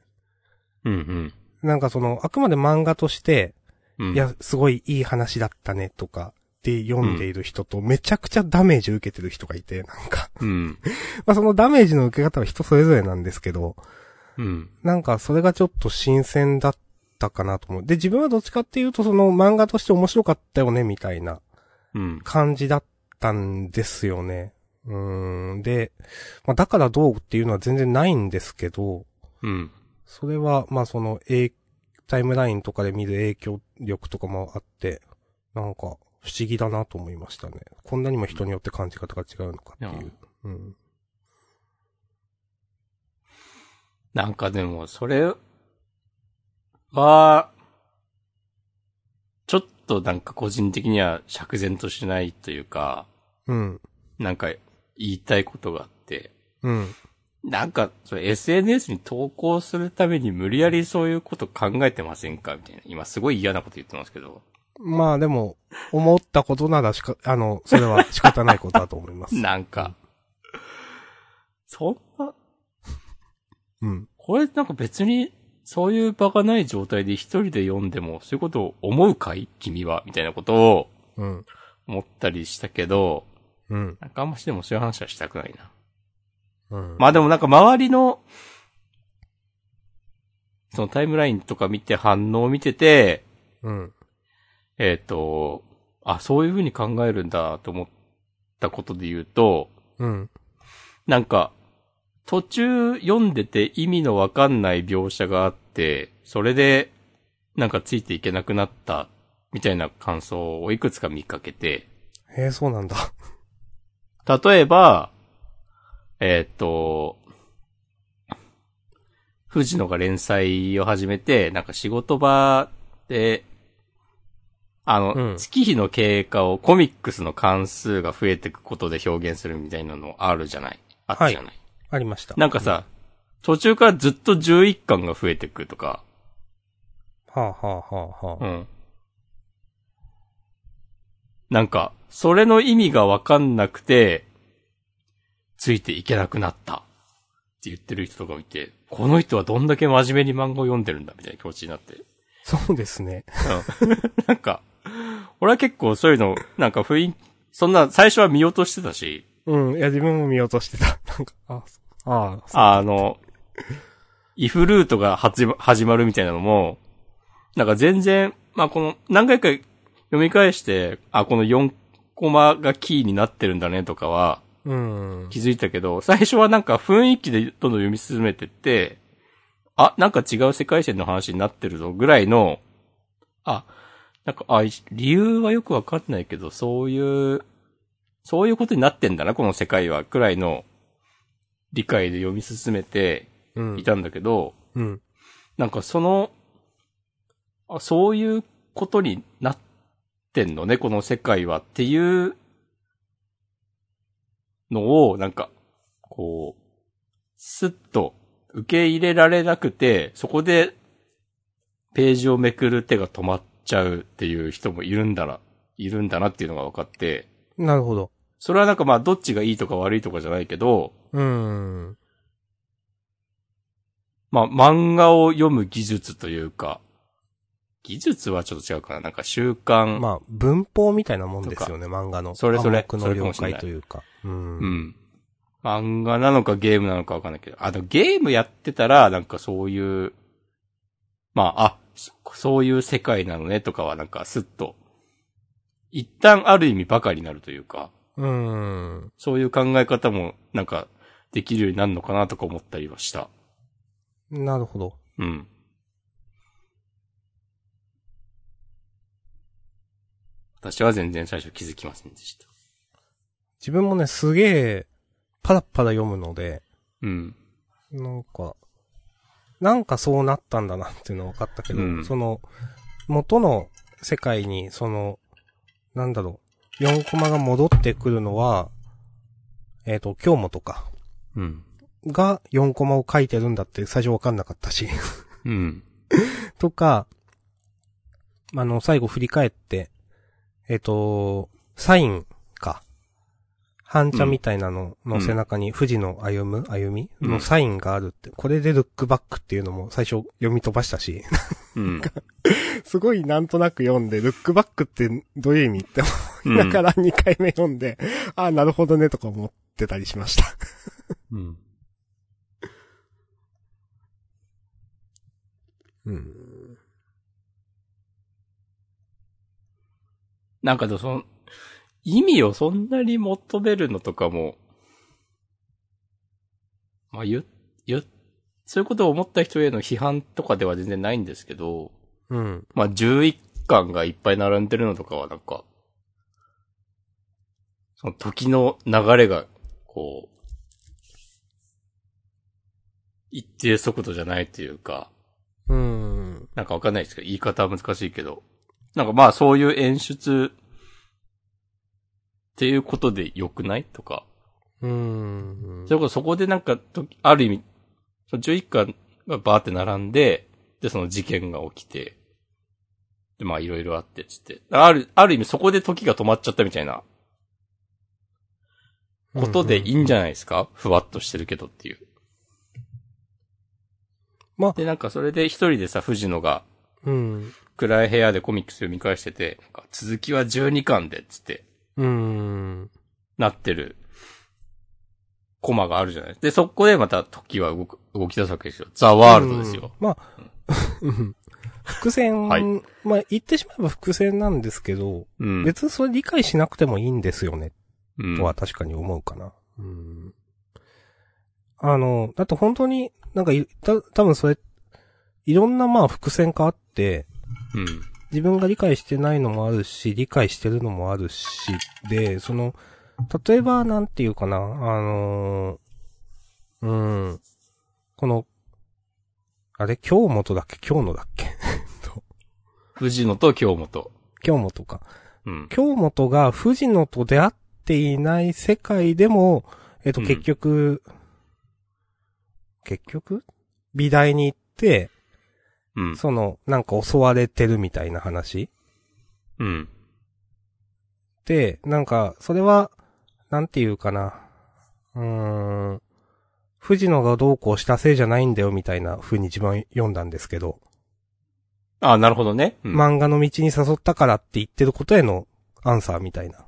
Speaker 1: うん。うん。
Speaker 2: なんかその、あくまで漫画として、
Speaker 1: うん。
Speaker 2: いや、すごいいい話だったねとか、で読んでいる人と、めちゃくちゃダメージ受けてる人がいて、なんか。
Speaker 1: うん。
Speaker 2: まあそのダメージの受け方は人それぞれなんですけど、
Speaker 1: うん。
Speaker 2: なんかそれがちょっと新鮮だったかなと思う。で、自分はどっちかっていうと、その漫画として面白かったよね、みたいな
Speaker 1: うん。
Speaker 2: 感じだったんですよね。うーん。で、まあだからどうっていうのは全然ないんですけど、
Speaker 1: うん。
Speaker 2: それは、まあその、えいタイムラインとかで見る影響力とかもあって、なんか、不思議だなと思いましたね。こんなにも人によって感じ方が違うのかって
Speaker 1: い
Speaker 2: い
Speaker 1: や
Speaker 2: う。うん。
Speaker 1: なんかでも、それは、ちょっとなんか個人的には釈然としないというか、
Speaker 2: うん。
Speaker 1: なんか言いたいことがあって、
Speaker 2: うん。
Speaker 1: なんか、それ SNS に投稿するために無理やりそういうこと考えてませんかみたいな。今すごい嫌なこと言ってますけど。
Speaker 2: まあでも、思ったことならしか、あの、それは仕方ないことだと思います。
Speaker 1: なんか、そんな、
Speaker 2: うん。
Speaker 1: これなんか別に、そういう場がない状態で一人で読んでも、そういうことを思うかい君はみたいなことを
Speaker 2: うん。
Speaker 1: 思ったりしたけど、
Speaker 2: うん。
Speaker 1: なんかあんましてもそういう話はしたくないな。
Speaker 2: うん。
Speaker 1: まあでもなんか周りの、そのタイムラインとか見て反応を見てて、
Speaker 2: うん。
Speaker 1: えっ、と、あ、そういう風に考えるんだと思ったことで言うと、
Speaker 2: うん。
Speaker 1: なんか、途中読んでて意味のわかんない描写があって、それで、なんかついていけなくなった、みたいな感想をいくつか見かけて、
Speaker 2: へえ、そうなんだ。
Speaker 1: 例えば、えーっと、藤野が連載を始めて、なんか仕事場で、あの、
Speaker 2: うん
Speaker 1: 月日の経過をコミックスの関数が増えていくことで表現するみたいなのあるじゃないあったじゃない、
Speaker 2: ありました。
Speaker 1: なんかさ、途中からずっと11巻が増えてくとか、
Speaker 2: はあ、はあはあは
Speaker 1: う
Speaker 2: あ、
Speaker 1: ん。なんか、それの意味がわかんなくて、ついていけなくなった。って言ってる人とか見て、この人はどんだけ真面目に漫画を読んでるんだみたいな気持ちになって。
Speaker 2: そうですね。
Speaker 1: うんなんか、俺は結構そういうの、なんか雰囲気、そんな最初は見落としてたし、
Speaker 2: うん。いや、自分も見落としてた。なんか、あ、そうああ、
Speaker 1: あの、イフルートが始ま始まるみたいなのも、なんか全然、まあ、この、何回か読み返して、あ、この4コマがキーになってるんだねとかは
Speaker 2: うん。
Speaker 1: 気づいたけど、最初はなんか雰囲気でどんどん読み進めてって、あ、なんか違う世界線の話になってるぞぐらいの、あ、なんか、あ、い理由はよくわかんないけど、そういう、そういうことになってんだな、この世界は、くらいの理解で読み進めて、
Speaker 2: うん
Speaker 1: い。たんだけど、
Speaker 2: うん。
Speaker 1: なんかその、あ、そういうことになってんのね、この世界はっていうのを、なんか、こう、すっと受け入れられなくて、そこでページをめくる手が止まっちゃうっていう人もいるんだな、いるんだなっていうのが分かって、
Speaker 2: なるほど。
Speaker 1: それはなんかまあどっちがいいとか悪いとかじゃないけど、
Speaker 2: うん。
Speaker 1: まあ、漫画を読む技術というか、技術はちょっと違うかな。なんか習慣。
Speaker 2: まあ、文法みたいなもんですよね、漫画の。
Speaker 1: それそれ
Speaker 2: 暗黙
Speaker 1: そ
Speaker 2: の了
Speaker 1: れかもしれな
Speaker 2: 解
Speaker 1: い
Speaker 2: というか。う
Speaker 1: う
Speaker 2: ん。うん。
Speaker 1: ん。漫画なのかゲームなのかわかんないけど、あの、ゲームやってたら、なんかそういう、まあ、あ、そそういう世界なのねとかはなんかスッと、一旦ある意味バカになるというか、
Speaker 2: うん。
Speaker 1: そういう考え方も、なんか、できるようになるのかなとか思ったりはした。
Speaker 2: なるほど。
Speaker 1: うん。私は全然最初気づきませんでした。
Speaker 2: 自分もね、すげえ、パラッパラ読むので、
Speaker 1: うん。
Speaker 2: なんか、なんかそうなったんだなっていうのは分かったけど、
Speaker 1: うん
Speaker 2: その、元の世界に、その、なんだろう、4コマが戻ってくるのは、えっ、と、今日もとか、
Speaker 1: うん。
Speaker 2: が4コマを書いてるんだって最初分かんなかったし、
Speaker 1: うん。
Speaker 2: とか、あの、最後振り返って、えっ、と、サインか。半茶みたいなのの背中に富士の歩む、歩み
Speaker 1: うん
Speaker 2: のサインがあるって、これでルックバックっていうのも最初読み飛ばしたし、
Speaker 1: うん。
Speaker 2: すごいなんとなく読んで、ルックバックってどういう意味って思いながら2回目読んで、ああ、なるほどねとか思ってたりしました。
Speaker 1: うん。
Speaker 2: うん。
Speaker 1: なんかでもその、意味をそんなに求めるのとかも、まあ言う、言う、そういうことを思った人への批判とかでは全然ないんですけど、
Speaker 2: うん。
Speaker 1: まあ11巻がいっぱい並んでるのとかはなんか、その時の流れが、こう、一定速度じゃないというか、
Speaker 2: うん。
Speaker 1: なんかわかんないですけど、言い方は難しいけど。なんかまあそういう演出っていうことで良くないとか。
Speaker 2: うん
Speaker 1: そ。れこそそこでなんかと、ある意味、その11巻がバーって並んで、で、その事件が起きて、で、まあいろいろあって、つって。ある、ある意味そこで時が止まっちゃったみたいなことでいいんじゃないですか、ふわっとしてるけどっていう。
Speaker 2: まあ
Speaker 1: で、なんかそれで一人でさ、藤野が
Speaker 2: うん。
Speaker 1: 暗い部屋でコミックス読み返してて、なんか続きは12巻で、つって、
Speaker 2: うん。
Speaker 1: なってる、コマがあるじゃない。で、そこでまた時は動く、動き出すわけですよ。ザ・ワールドですよ。
Speaker 2: うん。まあ、 うん伏線、
Speaker 1: はい
Speaker 2: まあ言ってしまえば伏線なんですけど、
Speaker 1: うん。
Speaker 2: 別にそれ理解しなくてもいいんですよね、
Speaker 1: うん
Speaker 2: とは確かに思うかな。うん。あの、だって本当に、なんかい、た、多分それ、いろんなまあ伏線があって、
Speaker 1: うん。
Speaker 2: 自分が理解してないのもあるし、理解してるのもあるし、で、その、例えば、なんていうかな、あのーうん、この、あれ、今日元だっけ今日のだっけ
Speaker 1: 藤野と京本。
Speaker 2: 今日元か。
Speaker 1: うん。
Speaker 2: 京本が藤野と出会っていない世界でも、えっ、と、
Speaker 1: うん
Speaker 2: 結局、結局美大に行って、
Speaker 1: うん。
Speaker 2: その、なんか襲われてるみたいな話
Speaker 1: うん。
Speaker 2: で、なんか、それは、なんていうかな。うーん。藤野がどうこうしたせいじゃないんだよみたいな風に自分は読んだんですけど、
Speaker 1: あ、なるほどね。うん。
Speaker 2: 漫画の道に誘ったからって言ってることへのアンサーみたいな。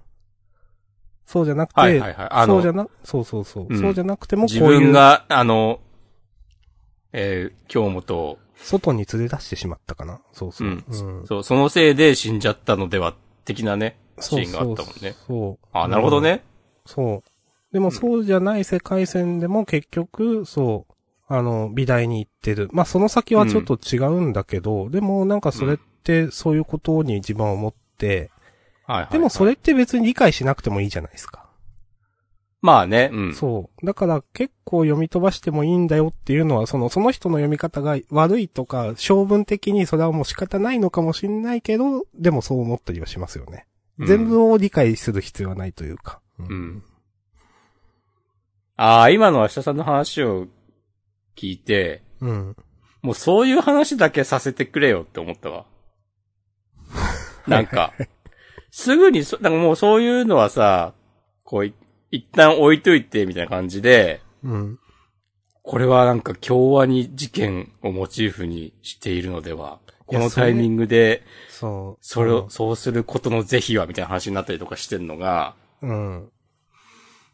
Speaker 2: そうじゃなくて、
Speaker 1: はいはいはい。あ
Speaker 2: そう
Speaker 1: の
Speaker 2: じゃ、な、そうそうそう。
Speaker 1: うん
Speaker 2: そうじゃなくてもこ
Speaker 1: 自
Speaker 2: うい
Speaker 1: 分
Speaker 2: う、
Speaker 1: が、あの、えー、京本を、
Speaker 2: 外に連れ出してしまったかな。そうそう。
Speaker 1: うん
Speaker 2: うん
Speaker 1: そう、そのせいで死んじゃったのでは、的なね、シ
Speaker 2: そう
Speaker 1: ーンがあ
Speaker 2: そ
Speaker 1: っ
Speaker 2: う
Speaker 1: たもんね。
Speaker 2: そう。
Speaker 1: あ、なるほど
Speaker 2: うん。
Speaker 1: ね。
Speaker 2: そう。でもそうじゃない世界線でも結局、そう、あの、美大に行ってる。まあその先はちょっと違うんだけど、でもなんかそれってそういうことに自分は思って、
Speaker 1: はいはい。
Speaker 2: でもそれって別に理解しなくてもいいじゃないですか。
Speaker 1: まあね、うん。
Speaker 2: そう。だから結構読み飛ばしてもいいんだよっていうのは、その、その人の読み方が悪いとか、性分的にそれはもう仕方ないのかもしれないけど、でもそう思ったりはしますよね。
Speaker 1: うん
Speaker 2: 全部を理解する必要はないというか。う
Speaker 1: うん。ああ、今の明日さんの話を聞いて、
Speaker 2: うん。
Speaker 1: もうそういう話だけさせてくれよって思ったわ。なんか、すぐにそ、なんかもうそういうのはさ、こうい、一旦置いといてみたいな感じで、
Speaker 2: うん。
Speaker 1: これはなんか共和に事件をモチーフにしているのでは、このタイミングで、
Speaker 2: そう。
Speaker 1: それを、そうすることの是非はみたいな話になったりとかしてんのが、
Speaker 2: うん。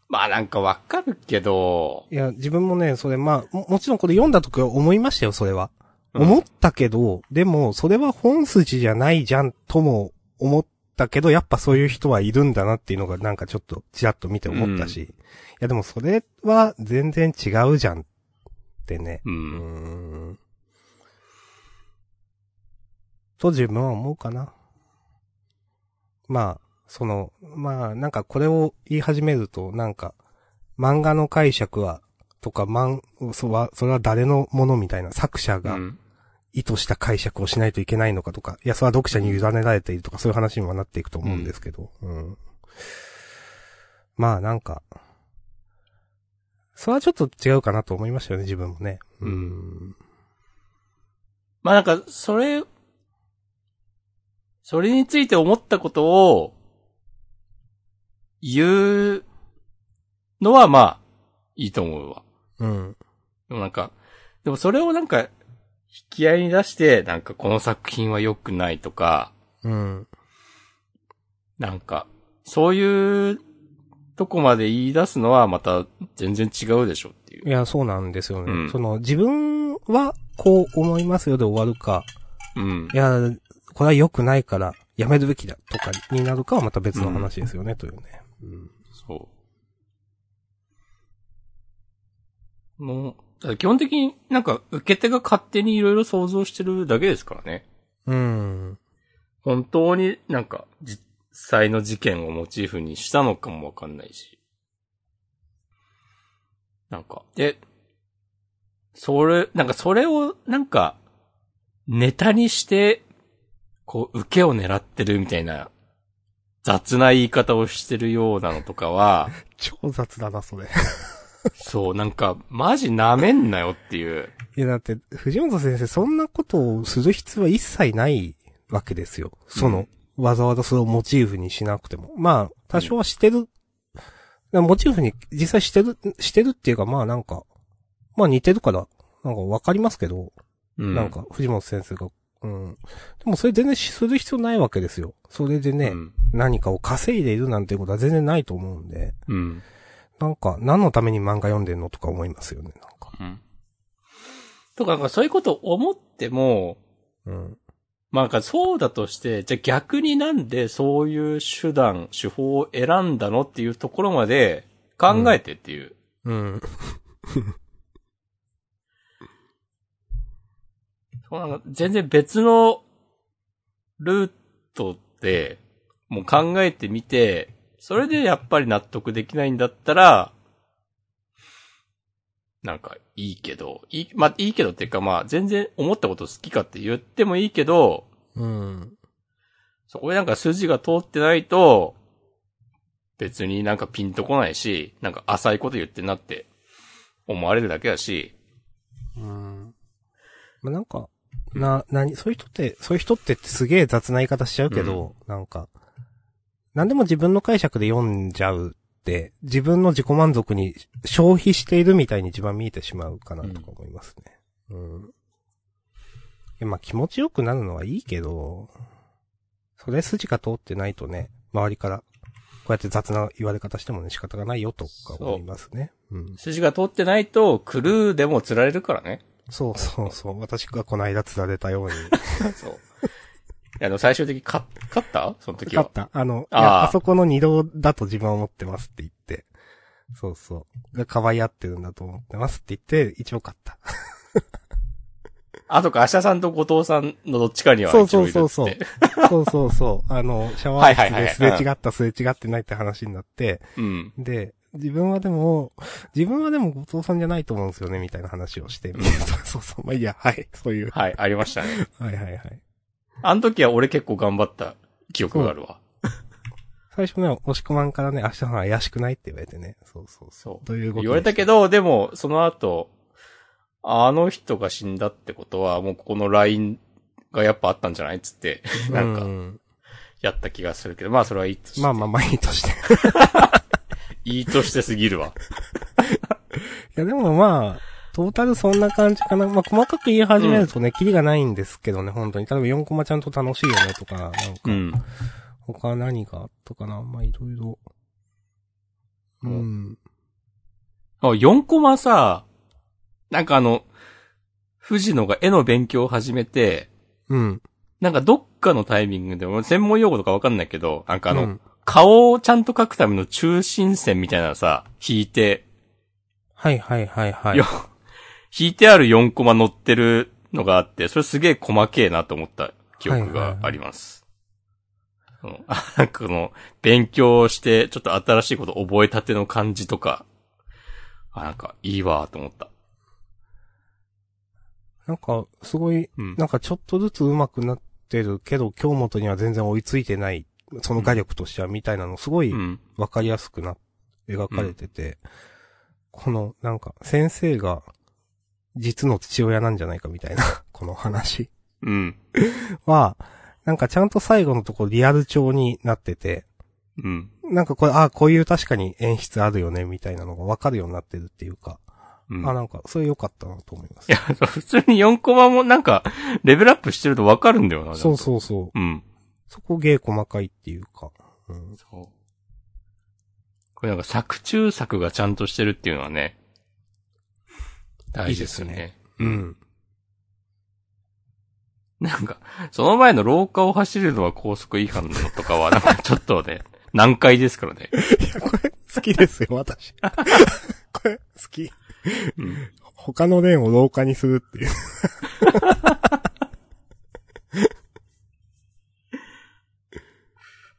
Speaker 1: まあなんかわかるけど、
Speaker 2: いや、自分もね、それ、まあ、ももちろんこれ読んだ時は思いましたよ、それは。
Speaker 1: うん
Speaker 2: 思ったけど、でも、それは本筋じゃないじゃん、とも思っったけど、やっぱそういう人はいるんだなっていうのがなんかちょっとちらっと見て思ったし、いやでもそれは全然違うじゃんってね。
Speaker 1: う。
Speaker 2: うんーん。と自分は思うかな。まあ、その、まあ、なんかこれを言い始めると、なんか、漫画の解釈は、とか、漫、そは、それは誰のものみたいな作者
Speaker 1: う
Speaker 2: が
Speaker 1: ん。
Speaker 2: 意図した解釈をしないといけないのかとか、いや、それは読者に委ねられているとか、そういう話にはなっていくと思うんですけど、うん。まあ、なんか、それはちょっと違うかなと思いましたよね、自分もね。
Speaker 1: うんまあなんか、それ、それについて思ったことを、言うのはまあ、いいと思うわ。
Speaker 2: うん。
Speaker 1: でもなんか、でもそれをなんか、引き合いに出して、なんかこの作品は良くないとか、
Speaker 2: うん。
Speaker 1: なんか、そういうとこまで言い出すのはまた全然違うでしょっていう。
Speaker 2: いや、そうなんですよね。
Speaker 1: うん
Speaker 2: その、自分はこう思いますよで終わるか、
Speaker 1: うん
Speaker 2: い。や、これは良くないから、やめるべきだとかになるかはまた別の話ですよね、というね。
Speaker 1: そう。もう、だから基本的になんか受け手が勝手にいろいろ想像してるだけですからね。
Speaker 2: うん。
Speaker 1: 本当になんか実際の事件をモチーフにしたのかもわかんないし。なんか、で、それ、なんかそれをなんかネタにして、こう受けを狙ってるみたいな雑な言い方をしてるようなのとかは、
Speaker 2: 超雑だな、それ。
Speaker 1: そう、なんか、マジ舐めんなよっていう。
Speaker 2: いや、だって、藤本先生、そんなことをする必要は一切ないわけですよ。その、わざわざそれをモチーフにしなくても。まあ、多少はしてる。モチーフに実際してる、してるっていうか、まあなんか、まあ似てるから、なんかわかりますけど、
Speaker 1: うん。
Speaker 2: なんか、藤本先生が、うん。でもそれ全然する必要ないわけですよ。それでね、
Speaker 1: うん。
Speaker 2: 何かを稼いでいるなんてことは全然ないと思うんで、
Speaker 1: うん。
Speaker 2: なんか、何のために漫画読んでんのとか思いますよね、なんか。
Speaker 1: うん。とか、なんかそういうこと思っても、
Speaker 2: うん。
Speaker 1: まあなんかそうだとして、じゃあ逆になんでそういう手段、手法を選んだのっていうところまで考えてっていう。
Speaker 2: うん。
Speaker 1: そうなんか全然別のルートでもう考えてみて、それでやっぱり納得できないんだったら、なんかいいけど、いい、まあいいけどっていうかまあ全然思ったこと好きかって言ってもいいけど、
Speaker 2: うん。
Speaker 1: そこでなんか筋が通ってないと、別になんかピンとこないし、なんか浅いこと言ってんなって思われるだけだし、
Speaker 2: うん。まあ、なんか、な、なに、そういう人って、そういう人ってってすげえ雑な言い方しちゃうけど、なんか、何でも自分の解釈で読んじゃうって、自分の自己満足に消費しているみたいに一番見えてしまうかなとか思いますね。うん。いやまあ気持ちよくなるのはいいけど、それ筋が通ってないとね、周りから、こうやって雑な言われ方してもね、仕方がないよとか思いますね。うん。
Speaker 1: 筋が通ってないとクルーでも釣られるからね。
Speaker 2: そうそうそう。私がこの間釣られたように。
Speaker 1: そう。いや、でも最終的に勝勝ったその時
Speaker 2: 勝
Speaker 1: は
Speaker 2: っ。た。あの、
Speaker 1: あー
Speaker 2: いやあそこの二度だと自分は思ってますって言って。そうそう。が可愛い合ってるんだと思ってますって言って、一応勝った。
Speaker 1: あとか、明日さんと後藤さんのどっちかには
Speaker 2: そう
Speaker 1: 一
Speaker 2: そ
Speaker 1: 応
Speaker 2: う
Speaker 1: いるっつって。
Speaker 2: そうそう。そうそうそう。あ の、シャワー室
Speaker 1: はいはい
Speaker 2: で
Speaker 1: はい
Speaker 2: すれ違ったすれ違ってないって話になって、
Speaker 1: うん。
Speaker 2: で、自分はでも、自分はでも後藤さんじゃないと思うんですよね、みたいな話をして、 そうそうそう。まあいいや、はい。そういう。
Speaker 1: はい、ありましたね。
Speaker 2: はいはいはい。
Speaker 1: あの時は俺結構頑張った記憶があるわ。
Speaker 2: 最初ね、押し込まんからね、明日さん怪しくないって言われてね。そうそうそう。
Speaker 1: そう。
Speaker 2: ということで
Speaker 1: 言われたけど、でも、その後、あの人が死んだってことは、もうここのラインがやっぱあったんじゃないっつって、なん
Speaker 2: う
Speaker 1: か、やった気がするけど、まあそれはいいとして。
Speaker 2: まあまあまあいいとして。い
Speaker 1: いいとしてすぎるわ。
Speaker 2: やでもまあ、トータルそんな感じかな。まあ細かく言い始めるとね、キリがないんですけどね、本当に。例えば4コマちゃんと楽しいよねとか、なんか、
Speaker 1: うん。
Speaker 2: 他何があったかな。まあいろいろ。うん。
Speaker 1: あ4コマさ、なんかあの、藤野が絵の勉強を始めて、
Speaker 2: うん。
Speaker 1: なんかどっかのタイミングで、俺専門用語とかわかんないけど、なんかあの、
Speaker 2: うん
Speaker 1: 顔をちゃんと書くための中心線みたいなのさ、引いて、
Speaker 2: はいはいはいはい。
Speaker 1: よ、引いてある4コマ載ってるのがあって、それすげえ細けえなと思った記憶があります。うんあ、なんかこの、勉強して、ちょっと新しいこと覚えたての感じとか、あ、なんかいいわーと思った。
Speaker 2: なんか、すごい、
Speaker 1: うん。
Speaker 2: なんかちょっとずつ上手くなってるけど、京本には全然追いついてない、その画力としてはみたいなの、すごい
Speaker 1: うん。
Speaker 2: わかりやすくな、描かれてて、この、なんか、先生が、実の父親なんじゃないかみたいな、 この話
Speaker 1: うん。
Speaker 2: は、なんかちゃんと最後のところリアル調になってて、
Speaker 1: うん。
Speaker 2: なんかこれ、ああ、こういう確かに演出あるよね、みたいなのがわかるようになってるっていうか、
Speaker 1: うん、
Speaker 2: あ、なんか、それ良かったなと思いま
Speaker 1: い。
Speaker 2: す
Speaker 1: や、そう普通に4コマもなんか、レベルアップしてるとわかるんだよな。
Speaker 2: そう
Speaker 1: う。
Speaker 2: そうそう。
Speaker 1: うん。
Speaker 2: そこ芸細かいっていうか。うん、
Speaker 1: そう。これなんか作中作がちゃんとしてるっていうのはね、大事ですよね。
Speaker 2: いいです
Speaker 1: うん。。なんか、その前の廊下を走るのは高速違反のとかは、なんかちょっとね、 難解ですからね。
Speaker 2: これ、好きですよ、 私。これ、好き。
Speaker 1: うん。
Speaker 2: 他の例を廊下にするっていう。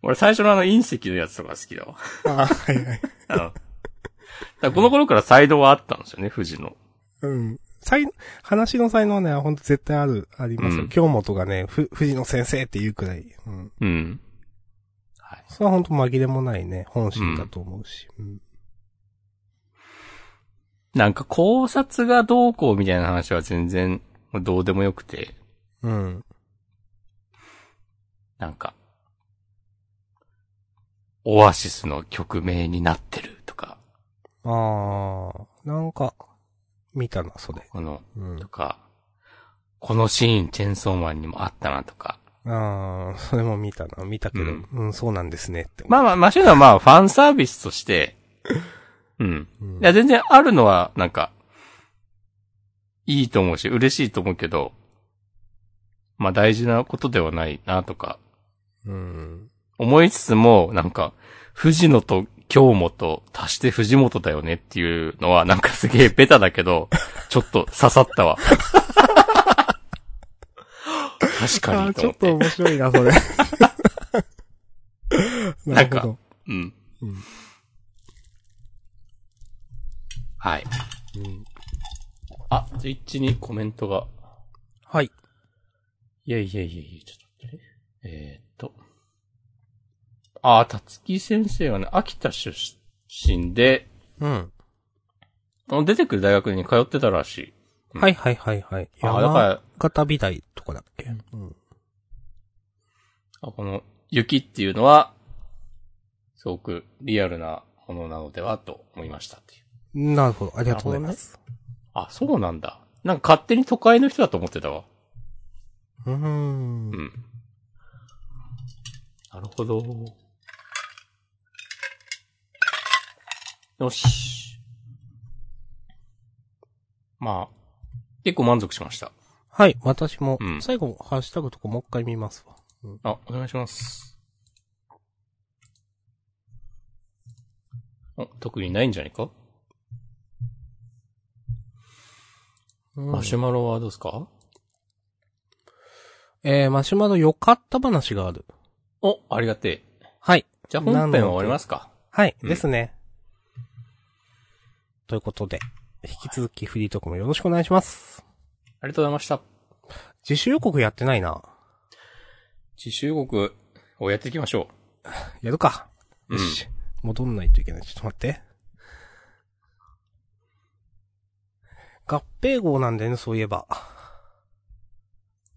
Speaker 1: 俺最初のあの隕石のやつとか好きだわ。
Speaker 2: ああ、はいはい。
Speaker 1: あのだからこの頃からサイドはあったんですよね、富士の。
Speaker 2: うん。才、話の才能はね、ほんと絶対ある、ありますよ。
Speaker 1: うん
Speaker 2: 京本がね、ふ、藤野先生っていうくらい。うん。
Speaker 1: うん。はい。
Speaker 2: それはほんと紛れもないね、本心だと思うし。うん。
Speaker 1: なんか考察がどうこうみたいな話は全然どうでもよくて、
Speaker 2: うん。
Speaker 1: なんか、オアシスの曲名になってるとか、
Speaker 2: ああ、なんか、見たな、それ。
Speaker 1: この、
Speaker 2: うん
Speaker 1: と。か、このシーンチェンソーマンにもあったなとか。
Speaker 2: ああ、それも見たな、見たけど、う
Speaker 1: うんん、
Speaker 2: そうなんですねって。
Speaker 1: まあまあ、まあ、そういうのはまあ、ファンサービスとして、うん。
Speaker 2: う
Speaker 1: い
Speaker 2: ん、
Speaker 1: や、全然あるのは、なんか、いいと思うし、嬉しいと思うけど、まあ大事なことではないなとか、
Speaker 2: うん。
Speaker 1: 思いつつも、なんか、藤野と京本足して藤本だよねっていうのは、なんかすげえベタだけ ど、ちょっと刺さったわ。確か
Speaker 2: あ
Speaker 1: に
Speaker 2: あ、
Speaker 1: と
Speaker 2: ちょ
Speaker 1: 思
Speaker 2: っ
Speaker 1: って。
Speaker 2: と面白いな、 それ。な
Speaker 1: なん
Speaker 2: る
Speaker 1: か
Speaker 2: ほど。
Speaker 1: うん
Speaker 2: うん。
Speaker 1: はい。
Speaker 2: うん
Speaker 1: あ、ツイッチにコメントが。
Speaker 2: はい。
Speaker 1: いやいやいやいや、ちょっと待ってね。えー、っと。あー、たつき先生はね、秋田出身で、
Speaker 2: うん。
Speaker 1: あの出てくる大学に通ってたらしい。うん
Speaker 2: はいはいはいはい。
Speaker 1: あーだから、
Speaker 2: 方美大とかだっけうん。
Speaker 1: あこの雪っていうのは、すごくリアルなものなのではと思いましたっていう。
Speaker 2: なるほど。ありがとうございます。
Speaker 1: あ、そうなんだ。なんか勝手に都会の人だと思ってたわ。
Speaker 2: うーん
Speaker 1: う。ん。なるほど。よし。まあ、結構満足しました。
Speaker 2: はい、私も
Speaker 1: う、ん
Speaker 2: 最後、ハッシュタグとかもう一回見ますわ。うん
Speaker 1: あ、お願いします。お、特にないんじゃないか、
Speaker 2: うん
Speaker 1: マシュマロはどうですか
Speaker 2: えー、マシュマロ良かった話がある。
Speaker 1: お、ありがてえ。
Speaker 2: はい。
Speaker 1: じゃあ本編は終わりますか。
Speaker 2: はい、
Speaker 1: うん
Speaker 2: ですね。ということで、引き続きフリートークもよろしくお願いします。
Speaker 1: ありがとうございました。
Speaker 2: 自主予告やってないな。
Speaker 1: 自習国をやっていきましょ
Speaker 2: やるか。
Speaker 1: う。
Speaker 2: よし。戻んないといけない。ちょっと待って。合併号なんだよね、そういえば。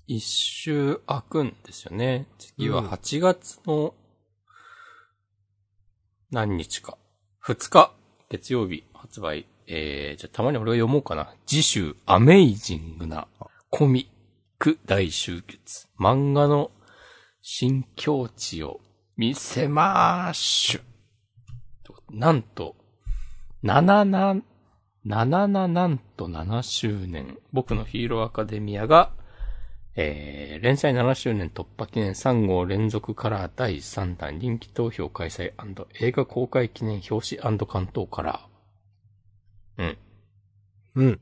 Speaker 1: 一周開くんですよね。次は
Speaker 2: うん
Speaker 1: 8月の何日か。2日、月曜日発売。えー、じゃあたまに俺が読もうかな。次週、アメイジングなコミック大集結。漫画の新境地を見せまーしゅ。となんと、7な、7ななんと7周年。僕のヒーローアカデミアが、えー、連載7周年突破記念3号連続カラー第3弾人気投票開催映画公開記念表紙関東カラー。うん。
Speaker 2: うん。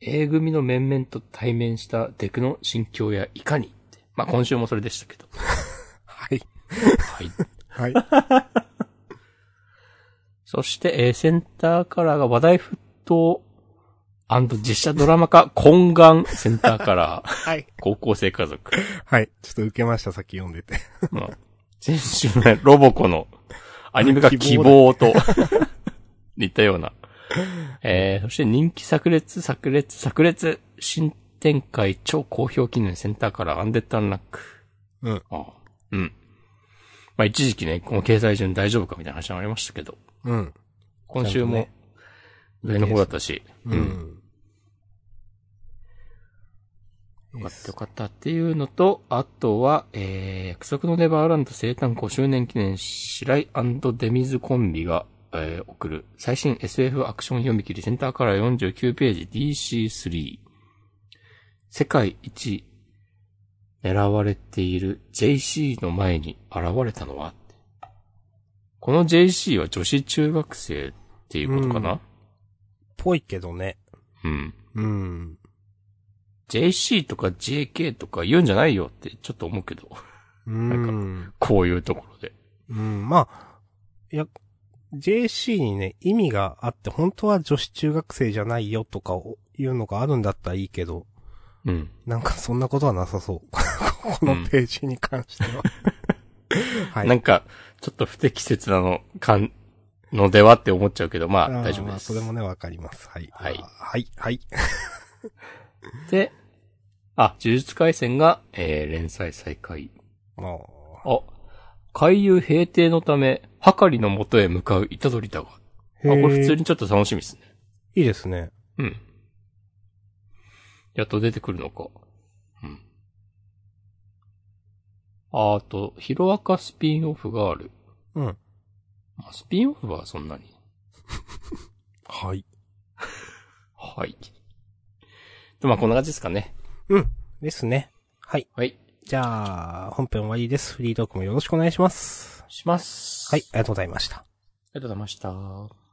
Speaker 1: A 組の面々と対面したデクの心境やいかにって。まあ、今週もそれでしたけど。
Speaker 2: はい。
Speaker 1: はい。
Speaker 2: はい。
Speaker 1: そして、えーセンターカラーが話題沸騰実写ドラマ化懇願センターカラ ー。
Speaker 2: はい。
Speaker 1: 高校生家族。
Speaker 2: はい。ちょっと受けました、さっき読んでて。
Speaker 1: まあ、先週のねロボコのアニメが希望と似たような。えー、そして人気炸裂、炸裂、炸裂、新展開超好評記念センターからアンデッドアンラック。
Speaker 2: うん。
Speaker 1: ああうん。まあ一時期ね、この掲載順大丈夫かみたいな話もありましたけど、
Speaker 2: うん。
Speaker 1: 今週も
Speaker 2: ち
Speaker 1: 上の方だったし、
Speaker 2: う
Speaker 1: うん。
Speaker 2: ん。
Speaker 1: よかったよかったっていうのと、あとは、えー、約束のネバーランド生誕5周年記念、白井デミズコンビが、えー、送る最新 SF アクション読み切りセンターカラー49ページ DC3。世界一狙われている JC の前に現れたのはこの JC は女子中学生っていうことかな、
Speaker 2: ぽいけどね。
Speaker 1: うん
Speaker 2: うん。
Speaker 1: JC とか JK とか言うんじゃないよってちょっと思うけど。
Speaker 2: うん。
Speaker 1: こういうところで。
Speaker 2: うん。まあ、いや、JC にね、意味があって、本当は女子中学生じゃないよとかを言うのがあるんだったらいいけど、
Speaker 1: うん。
Speaker 2: なんかそんなことはなさそう。 このページに関しては。はい。
Speaker 1: なんか、ちょっと不適切なの、かん、のではって思っちゃうけど、まあ、
Speaker 2: あー
Speaker 1: 大丈夫
Speaker 2: ま
Speaker 1: で
Speaker 2: あ
Speaker 1: す。
Speaker 2: それもね、わかります。はい。
Speaker 1: はい
Speaker 2: あーはい。はい。
Speaker 1: で、あ、呪術回戦が、えー、連載再開。
Speaker 2: も
Speaker 1: あ、回遊平定のため、はかりの元へ向かう虎取だが。あ、
Speaker 2: う。
Speaker 1: これ普通
Speaker 2: に。
Speaker 1: にちょっと楽しみですね。
Speaker 2: いいですね。
Speaker 1: うん。やっと出てくるのか。うん。ああと、ヒロアカスピンオフがある。
Speaker 2: うん。
Speaker 1: まあスピンオフはそんなに。
Speaker 2: はい。
Speaker 1: はい。と、まあ、こんな感じですかね。
Speaker 2: うん。ですね。はい。
Speaker 1: はい。
Speaker 2: じゃあ、本編終わりです。フリートークもよろしくお願いします。
Speaker 1: します。
Speaker 2: はい
Speaker 1: あ、
Speaker 2: ありがとうございました。
Speaker 1: りがとうございました。